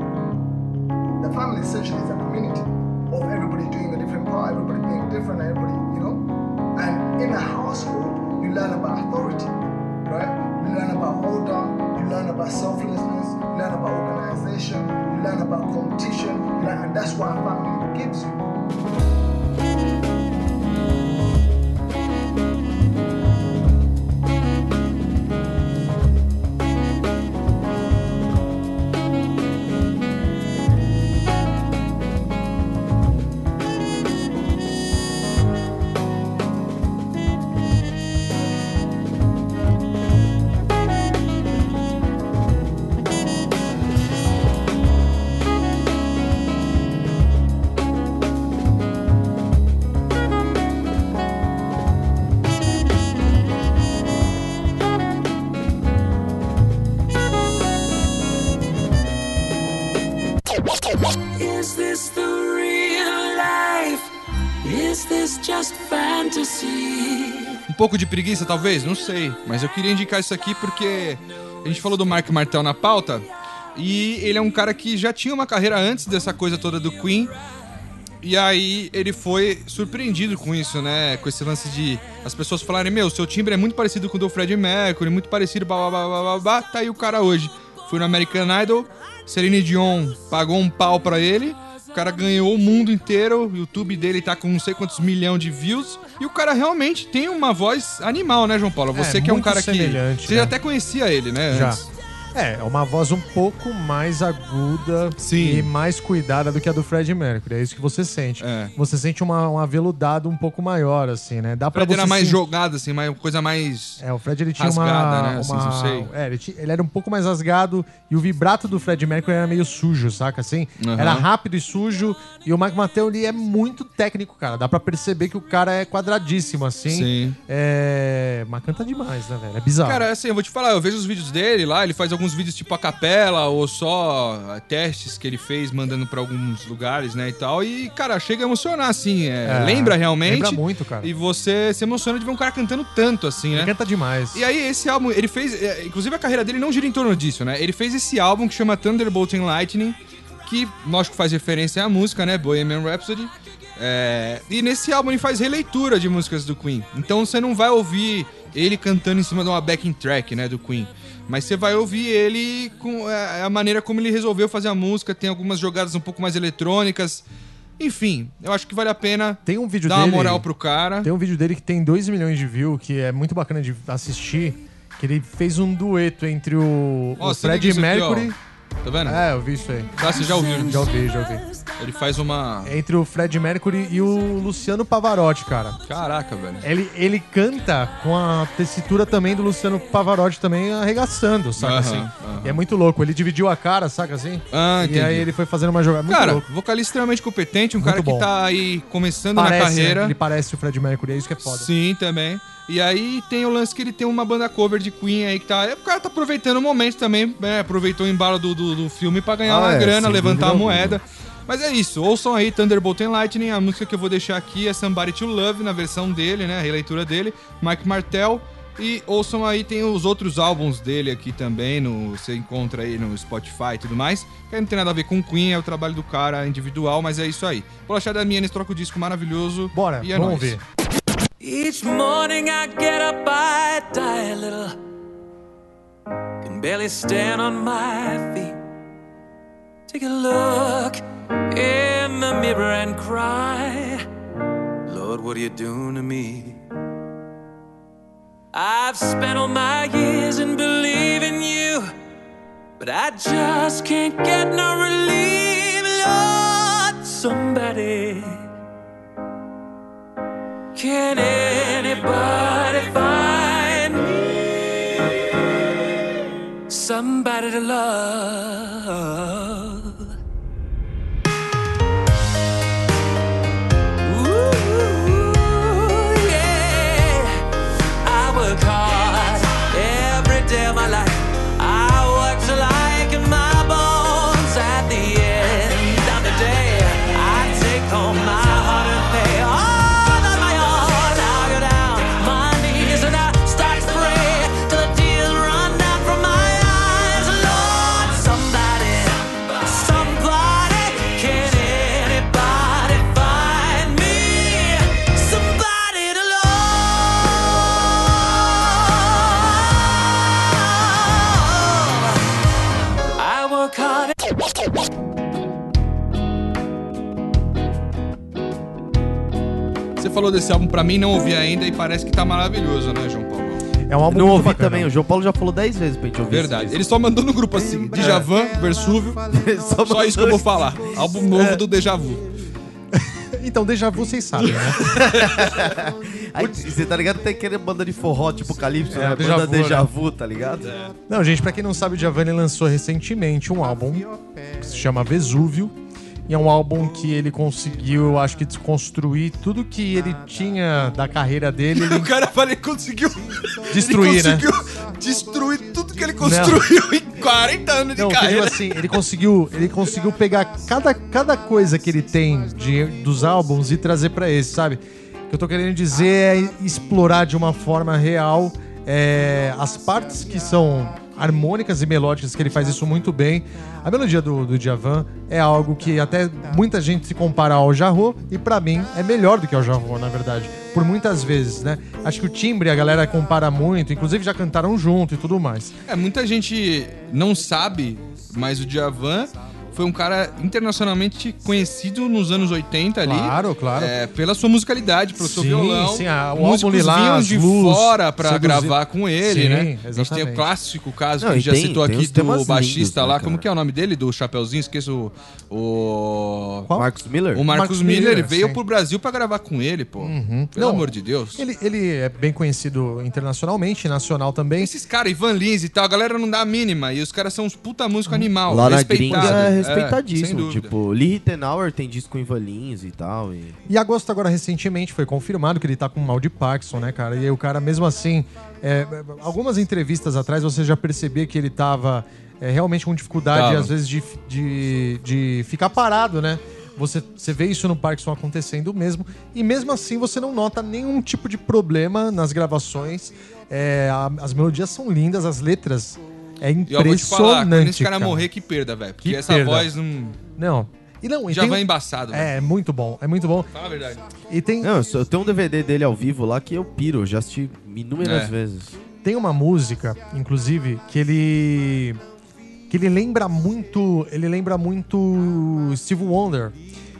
The family essentially is a community of everybody doing a different part, everybody being different, everybody, you know? And in a household, you learn about authority, right? You learn about order, you learn about selflessness, you learn about organization, you learn about competition, you learn, and that's what a family gives you.
Is this the real life? Is this just fantasy?
Um pouco de preguiça, talvez? Não sei. Mas eu queria indicar isso aqui porque a gente falou do Mark Martel na pauta. E ele é um cara que já tinha uma carreira antes dessa coisa toda do Queen. E aí ele foi surpreendido com isso, né? Com esse lance de as pessoas falarem: Meu, seu timbre é muito parecido com o do Fred Mercury, muito parecido, blá blá blá blá blá, blá. Tá aí o cara hoje. Fui no American Idol, Celine Dion pagou um pau pra ele. O cara ganhou o mundo inteiro, o YouTube dele tá com não sei quantos milhões de views. E o cara realmente tem uma voz animal, né, João Paulo? Você
É,
que é um
muito
cara que.
semelhante,
Você
né?
já até conhecia ele, né?
Já.
antes.
É, é uma voz um pouco mais aguda
Sim.
e mais cuidada do que a do Fred Mercury. É isso que você sente.
É.
Você sente uma, um aveludado um pouco maior, assim, né? Dá
Pra
pra
ele
você
era mais
sen-
jogado, assim, mais, coisa mais.
É, o Fred ele tinha
Rasgada,
uma,
né? Assim,
uma-
não sei.
É, ele, ti- ele era um pouco mais rasgado e o vibrato do Fred Mercury era meio sujo, saca? Assim,
Aham.
era rápido e sujo. E o Mike Mateu ele é muito técnico, cara. Dá pra perceber que o cara é quadradíssimo, assim.
Sim.
É, mas canta demais, né, velho? É bizarro.
Cara, assim, eu vou te falar, eu vejo os vídeos dele lá, ele faz alguns vídeos tipo a capela ou só ah, testes que ele fez mandando pra alguns lugares, né, e tal. E, cara, chega a emocionar, assim, é,
É,
lembra realmente.
lembra muito, cara.
E você se emociona de ver um cara cantando tanto, assim,
ele
né?
canta demais.
E aí, esse álbum, ele fez. é, Inclusive, a carreira dele não gira em torno disso, né? Ele fez esse álbum que chama Thunderbolt and Lightning, que, lógico, faz referência à música, né? Bohemian Rhapsody. É, e nesse álbum ele faz releitura de músicas do Queen. Então você não vai ouvir ele cantando em cima de uma backing track, né? Do Queen. Mas você vai ouvir ele com é, a maneira como ele resolveu fazer a música. Tem algumas jogadas um pouco mais eletrônicas. Enfim, eu acho que vale a pena
Tem um vídeo
dar
dele.
uma moral pro cara.
Tem um vídeo dele que tem 2 milhões de views, que é muito bacana de assistir. Que ele fez um dueto entre o,
Ó,
o
você me
Fred
disse aqui, ó.
Mercury.
Tá vendo?
é, eu vi isso aí.
Ah, você já ouviu?
Já ouvi, já ouvi.
Ele faz uma.
Entre o Fred Mercury e o Luciano Pavarotti, cara.
Caraca, velho.
Ele, ele canta com a tessitura também do Luciano Pavarotti também arregaçando, saca
Aham,
assim?
aham.
E é muito louco. Ele dividiu a cara, saca assim?
Ah,
e
entendi.
aí ele foi fazendo uma jogada muito
cara,
louco.
vocalista extremamente competente, um
Muito
cara que
bom.
tá aí começando na
Parece, né?
carreira.
Ele parece o Fred Mercury, é isso que é foda.
Sim, também. E aí tem o lance que ele tem uma banda cover de Queen aí que tá. é, O cara tá aproveitando o momento também, né? Aproveitou o embalo do, do, do filme pra ganhar
Ah,
uma
é,
grana,
sem
levantar a
dúvida
né?
moeda. Mas é isso, ouçam aí Thunderbolt and Lightning, a música que eu vou deixar aqui é Somebody to Love, na versão dele, né? A releitura dele, Mike Martel. E ouçam aí, tem os outros álbuns dele aqui também, no, você encontra aí no Spotify e tudo mais. Que aí não tem nada a ver com Queen, é o trabalho do cara individual, mas é isso aí. Vou achar da minha, nesse troca o disco maravilhoso.
Bora,
e é
vamos
nóis.
ver.
Each morning I get up, I die a little. Can barely stand on my feet. Take a look in the mirror and cry, Lord, what are you doing to me? I've spent all my years in believing you, but I just can't get no relief, Lord. Somebody can anybody find me somebody to love? Ooh, yeah. I work hard every day of my life. I work till I ache in my bones. At the end of the day, I take home my heart and pay all on my own. I go down my knees and I start to pray till the tears run down from my eyes. Lord, somebody, somebody, can anybody find me somebody to love? I work hard.
Você falou desse álbum pra mim, não ouvi ainda e parece que tá maravilhoso, né, João Paulo?
É um álbum
Não
muito
ouvi
bacana.
também, o João Paulo já falou 10 vezes pra gente ouvir. esse
Verdade.
disco.
Ele só mandou no grupo assim, Djavan, Versúvio.
Só
Só isso que eu vou falar. Álbum novo do Deja Vu.
Então, déjà vu, vocês sabem,
<laughs>
né?
<laughs> Aí, você tá ligado? Tem aquele banda de forró, tipo Calypso, né?
Deja
Banda
Vu, né?
Deja Vu, tá ligado?
Não, gente, pra quem não sabe, o Giovanni lançou recentemente um álbum que se chama Vesúvio. E é um álbum que ele conseguiu, eu acho que, desconstruir tudo que ele tinha da carreira dele. Ele
O cara fala, ele conseguiu.
Destruir,
<laughs> ele
né?
conseguiu destruir tudo que ele construiu em 40 anos de
Não, que eu digo
carreira.
assim, ele conseguiu, ele conseguiu pegar cada, cada coisa que ele tem de, dos álbuns e trazer pra esse, sabe? O que eu tô querendo dizer é explorar de uma forma real é, as partes que são harmônicas e melódicas que ele faz isso muito bem. A melodia do, do Djavan é algo que até muita gente se compara ao Jarro e pra mim é melhor do que ao Jarro, na verdade, por muitas vezes, né? Acho que o timbre a galera compara muito, inclusive já cantaram junto e tudo mais.
É, muita gente não sabe, mas o Djavan foi um cara internacionalmente conhecido nos anos 80 ali.
Claro, claro.
É, pela sua musicalidade, pelo seu
Sim,
violão.
sim, a- o
Músicos
álbum Lilás,
vinham de
Luz,
fora pra
seduzir-
gravar com ele,
Sim,
né? A gente tem
exatamente.
o clássico caso
Não,
que a
e
gente já
tem-
citou
tem
aqui
uns temas
do baixista
lindos, né,
lá. Como
cara?
que é o nome dele? Do Chapeuzinho? Esqueço o... O...
Qual?
Marcos Miller?
O Marcos,
Marcos
Miller,
Miller,
ele veio
sim. Uhum.
pro Brasil pra gravar com ele, pô. Pelo
Não,
amor de Deus.
Ele, ele é bem conhecido internacionalmente, nacional também.
Esses caras, Ivan Lins e tal, a galera não dá a mínima. E os caras são uns puta músico
Uhum.
animal.
Lá na gringa
respeitado.
é
sem
respeitadíssimo.
dúvida.
tipo, Lee Rittenauer tem disco em Valins e tal. E...
E agosto agora recentemente foi confirmado que ele tá com mal de Parkinson, né, cara? E aí o cara mesmo assim, é, algumas entrevistas atrás você já percebia que ele tava é, realmente com dificuldade,
Tava.
às vezes, de, de, de ficar parado, né? Você, você vê isso no Parkinson acontecendo mesmo, e mesmo assim você não nota nenhum tipo de problema nas gravações. É, a- as melodias são lindas, as letras é
E eu vou te falar, quando
impressionante.
esse cara,
cara.
morrer, que perda, velho. Porque
Que
essa
perda.
voz não...
Não. E não, e
já
tem-
vai embaçado, velho.
É, é muito bom, é muito bom.
Fala a verdade.
E tem,
Não, eu só- eu tenho um DVD dele ao vivo lá que eu piro, eu já assisti inúmeras
É.
vezes.
Tem uma música, inclusive, que ele que ele lembra muito, ele lembra muito Steve Wonder,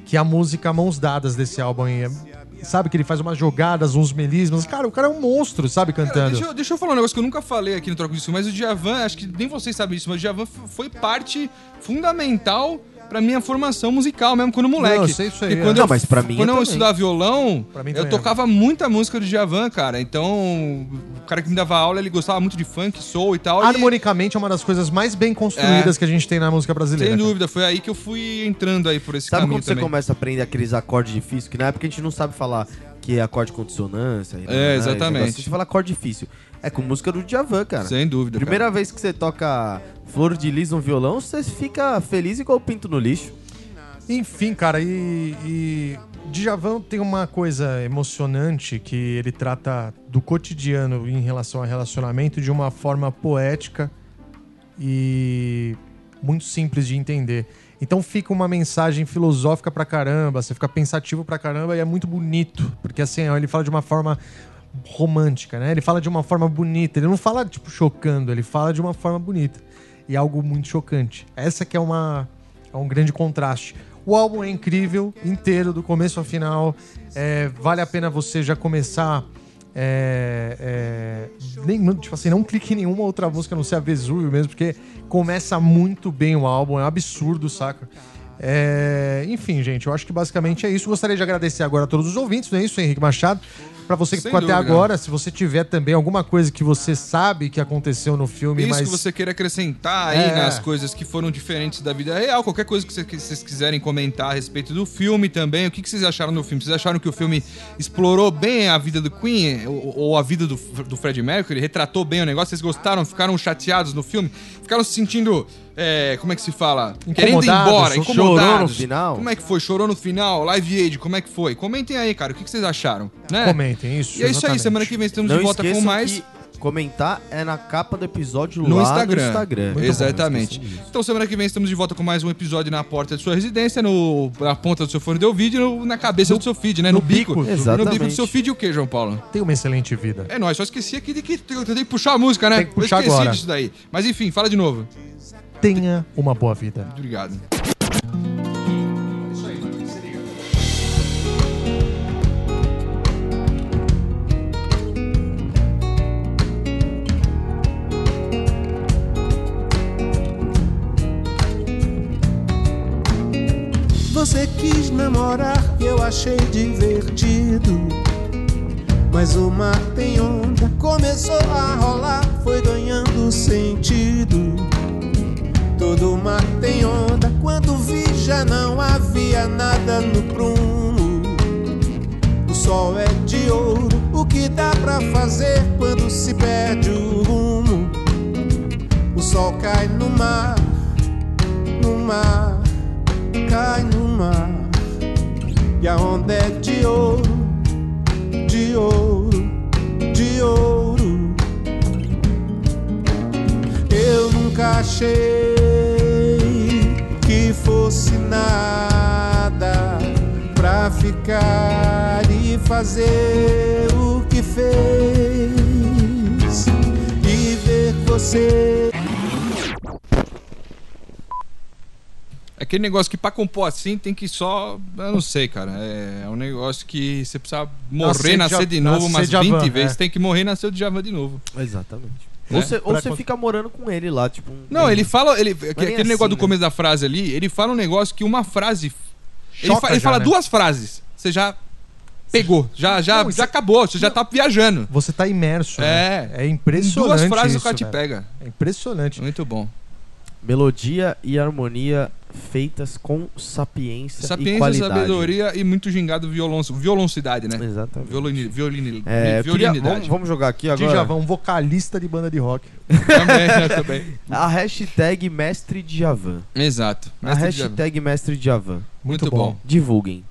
que é a música Mãos Dadas desse álbum aí. É- Sabe que ele faz umas jogadas, uns melismas. Cara, o cara é um monstro, sabe,
Cara,
cantando.
deixa, eu- deixa eu falar um negócio que eu nunca falei aqui no Troco Disco, mas o Djavan, acho que nem vocês sabem isso, mas o Djavan f- foi parte fundamental pra minha formação musical mesmo, quando moleque.
Não, eu sei isso aí,
Porque
é.
quando
Não,
eu,
mas pra mim
Quando
eu
eu,
também.
estudava violão,
Pra mim
eu
também, é.
tocava muita música do Djavan, cara. Então, o cara que me dava aula, ele gostava muito de funk, soul e tal. e-
Harmonicamente é uma das coisas mais bem construídas que a gente tem na música brasileira.
É. sem
cara.
dúvida, foi aí que eu fui entrando aí por esse
Sabe
caminho
quando você
também.
começa a aprender aqueles acordes difíceis? Que na época a gente não sabe falar que é acorde com dissonância.
É,
e tal, né, esse
exatamente.
negócio. A gente fala acorde difícil. É com música do Djavan, cara.
Sem dúvida, cara.
Primeira vez que você toca Flor de Lis no violão, você fica feliz igual pinto no lixo.
Enfim, cara, e, e Djavan tem uma coisa emocionante que ele trata do cotidiano em relação a relacionamento de uma forma poética e muito simples de entender. Então fica uma mensagem filosófica pra caramba, você fica pensativo pra caramba e é muito bonito, porque assim, ó, ele fala de uma forma romântica, né? Ele fala de uma forma bonita, ele não fala tipo chocando, ele fala de uma forma bonita e algo muito chocante. Essa que é uma é um grande contraste. O álbum é incrível, inteiro, do começo ao final. É, vale a pena você já começar é, é, nem, não- tipo assim, não clique em nenhuma outra música a não ser a Vesúvio mesmo, porque começa muito bem o álbum, é um absurdo, saca? É, enfim, gente, eu acho que basicamente é isso. Gostaria de agradecer agora a todos os ouvintes, não é isso, Henrique Machado? Pra você que
Sem
ficou até
dúvida.
agora, se você tiver também alguma coisa que você sabe que aconteceu no filme,
Isso
mas.
que você queira acrescentar aí
É.
nas coisas que foram diferentes da vida real, qualquer coisa que, cê- que vocês quiserem comentar a respeito do filme também, o que, que vocês acharam do filme? Vocês acharam que o filme explorou bem a vida do Queen eh, ou, ou a vida do, do Fred Mercury? Retratou bem o negócio? Vocês gostaram? Ficaram chateados no filme? Ficaram se sentindo, é, como é que se fala? Querendo ir
Incomodados,
embora, incomodados.
chorou no final?
Como é que foi? Chorou no final? Live Aid, como é que foi? Comentem aí, cara, o que, que vocês acharam? né?
Comentem isso.
E é isso aí,
exatamente.
semana que vem estamos
não
de volta com
esqueçam
mais.
que comentar é na capa do episódio
no
lá
Instagram.
no Instagram.
Muito
Exatamente.
bom, não esqueçam disso.
então semana que vem estamos de volta com mais um episódio na porta de sua residência, no, na ponta do seu fone de ouvido, e no- na cabeça do seu feed, né? No,
no
bico.
bico.
No bico do
Exatamente.
seu feed e o que, João Paulo?
Tenha uma excelente vida.
É nóis, só esqueci aqui de que eu tentei puxar a música, né?
Tem que puxar
eu esqueci
agora.
disso daí. Mas enfim, fala de novo.
Tenha uma boa vida.
Obrigado.
Você quis namorar e eu achei divertido. Mas o mar tem onda, começou a rolar, foi ganhando sentido. Todo mar tem onda, quando vi já não havia nada no prumo. O sol é de ouro, o que dá pra fazer quando se perde o rumo? O sol cai no mar, no mar cai no mar e a onda é de ouro, de ouro, de ouro. Eu achei que fosse nada pra ficar e fazer o que fez e ver você
É aquele negócio que pra compor assim tem que só. Eu não sei, cara. É, é um negócio que você precisa
Nascer
morrer,
de
nascer de,
Ja-
novo
nascer
umas
de Javan,
20 vezes.
é.
Tem que morrer e nascer de Javan de novo.
Exatamente.
Né?
Ou você ou
Pra
você
quando-
fica morando com ele lá, tipo. um-
Não, ele fala. Ele, aquele
assim,
negócio do
né?
começo da frase ali, ele fala um negócio que uma frase. Ele,
Choca
fa- ele
já,
fala
né?
duas frases. Você já pegou. Já, já,
Não, isso-
já acabou. Você já tá viajando.
Você tá imerso.
É.
Né? É impressionante.
Duas frases o
isso,
cara te
velho.
pega.
É impressionante.
Muito bom.
Melodia e harmonia feitas com sapiência, e
Sapiência,
qualidade.
sabedoria e muito gingado violonço. Violoncidade, né?
Exatamente.
Violini, violini,
É, eu queria-
violinidade.
vamos, vamos jogar aqui agora.
Djavan, um vocalista de banda de rock.
Também, né, também.
<laughs>
A hashtag mestre Djavan.
Exato.
A
Mestre Djavan.
hashtag mestre Djavan.
Muito,
tá Muito
Tá bom.
bom.
Divulguem.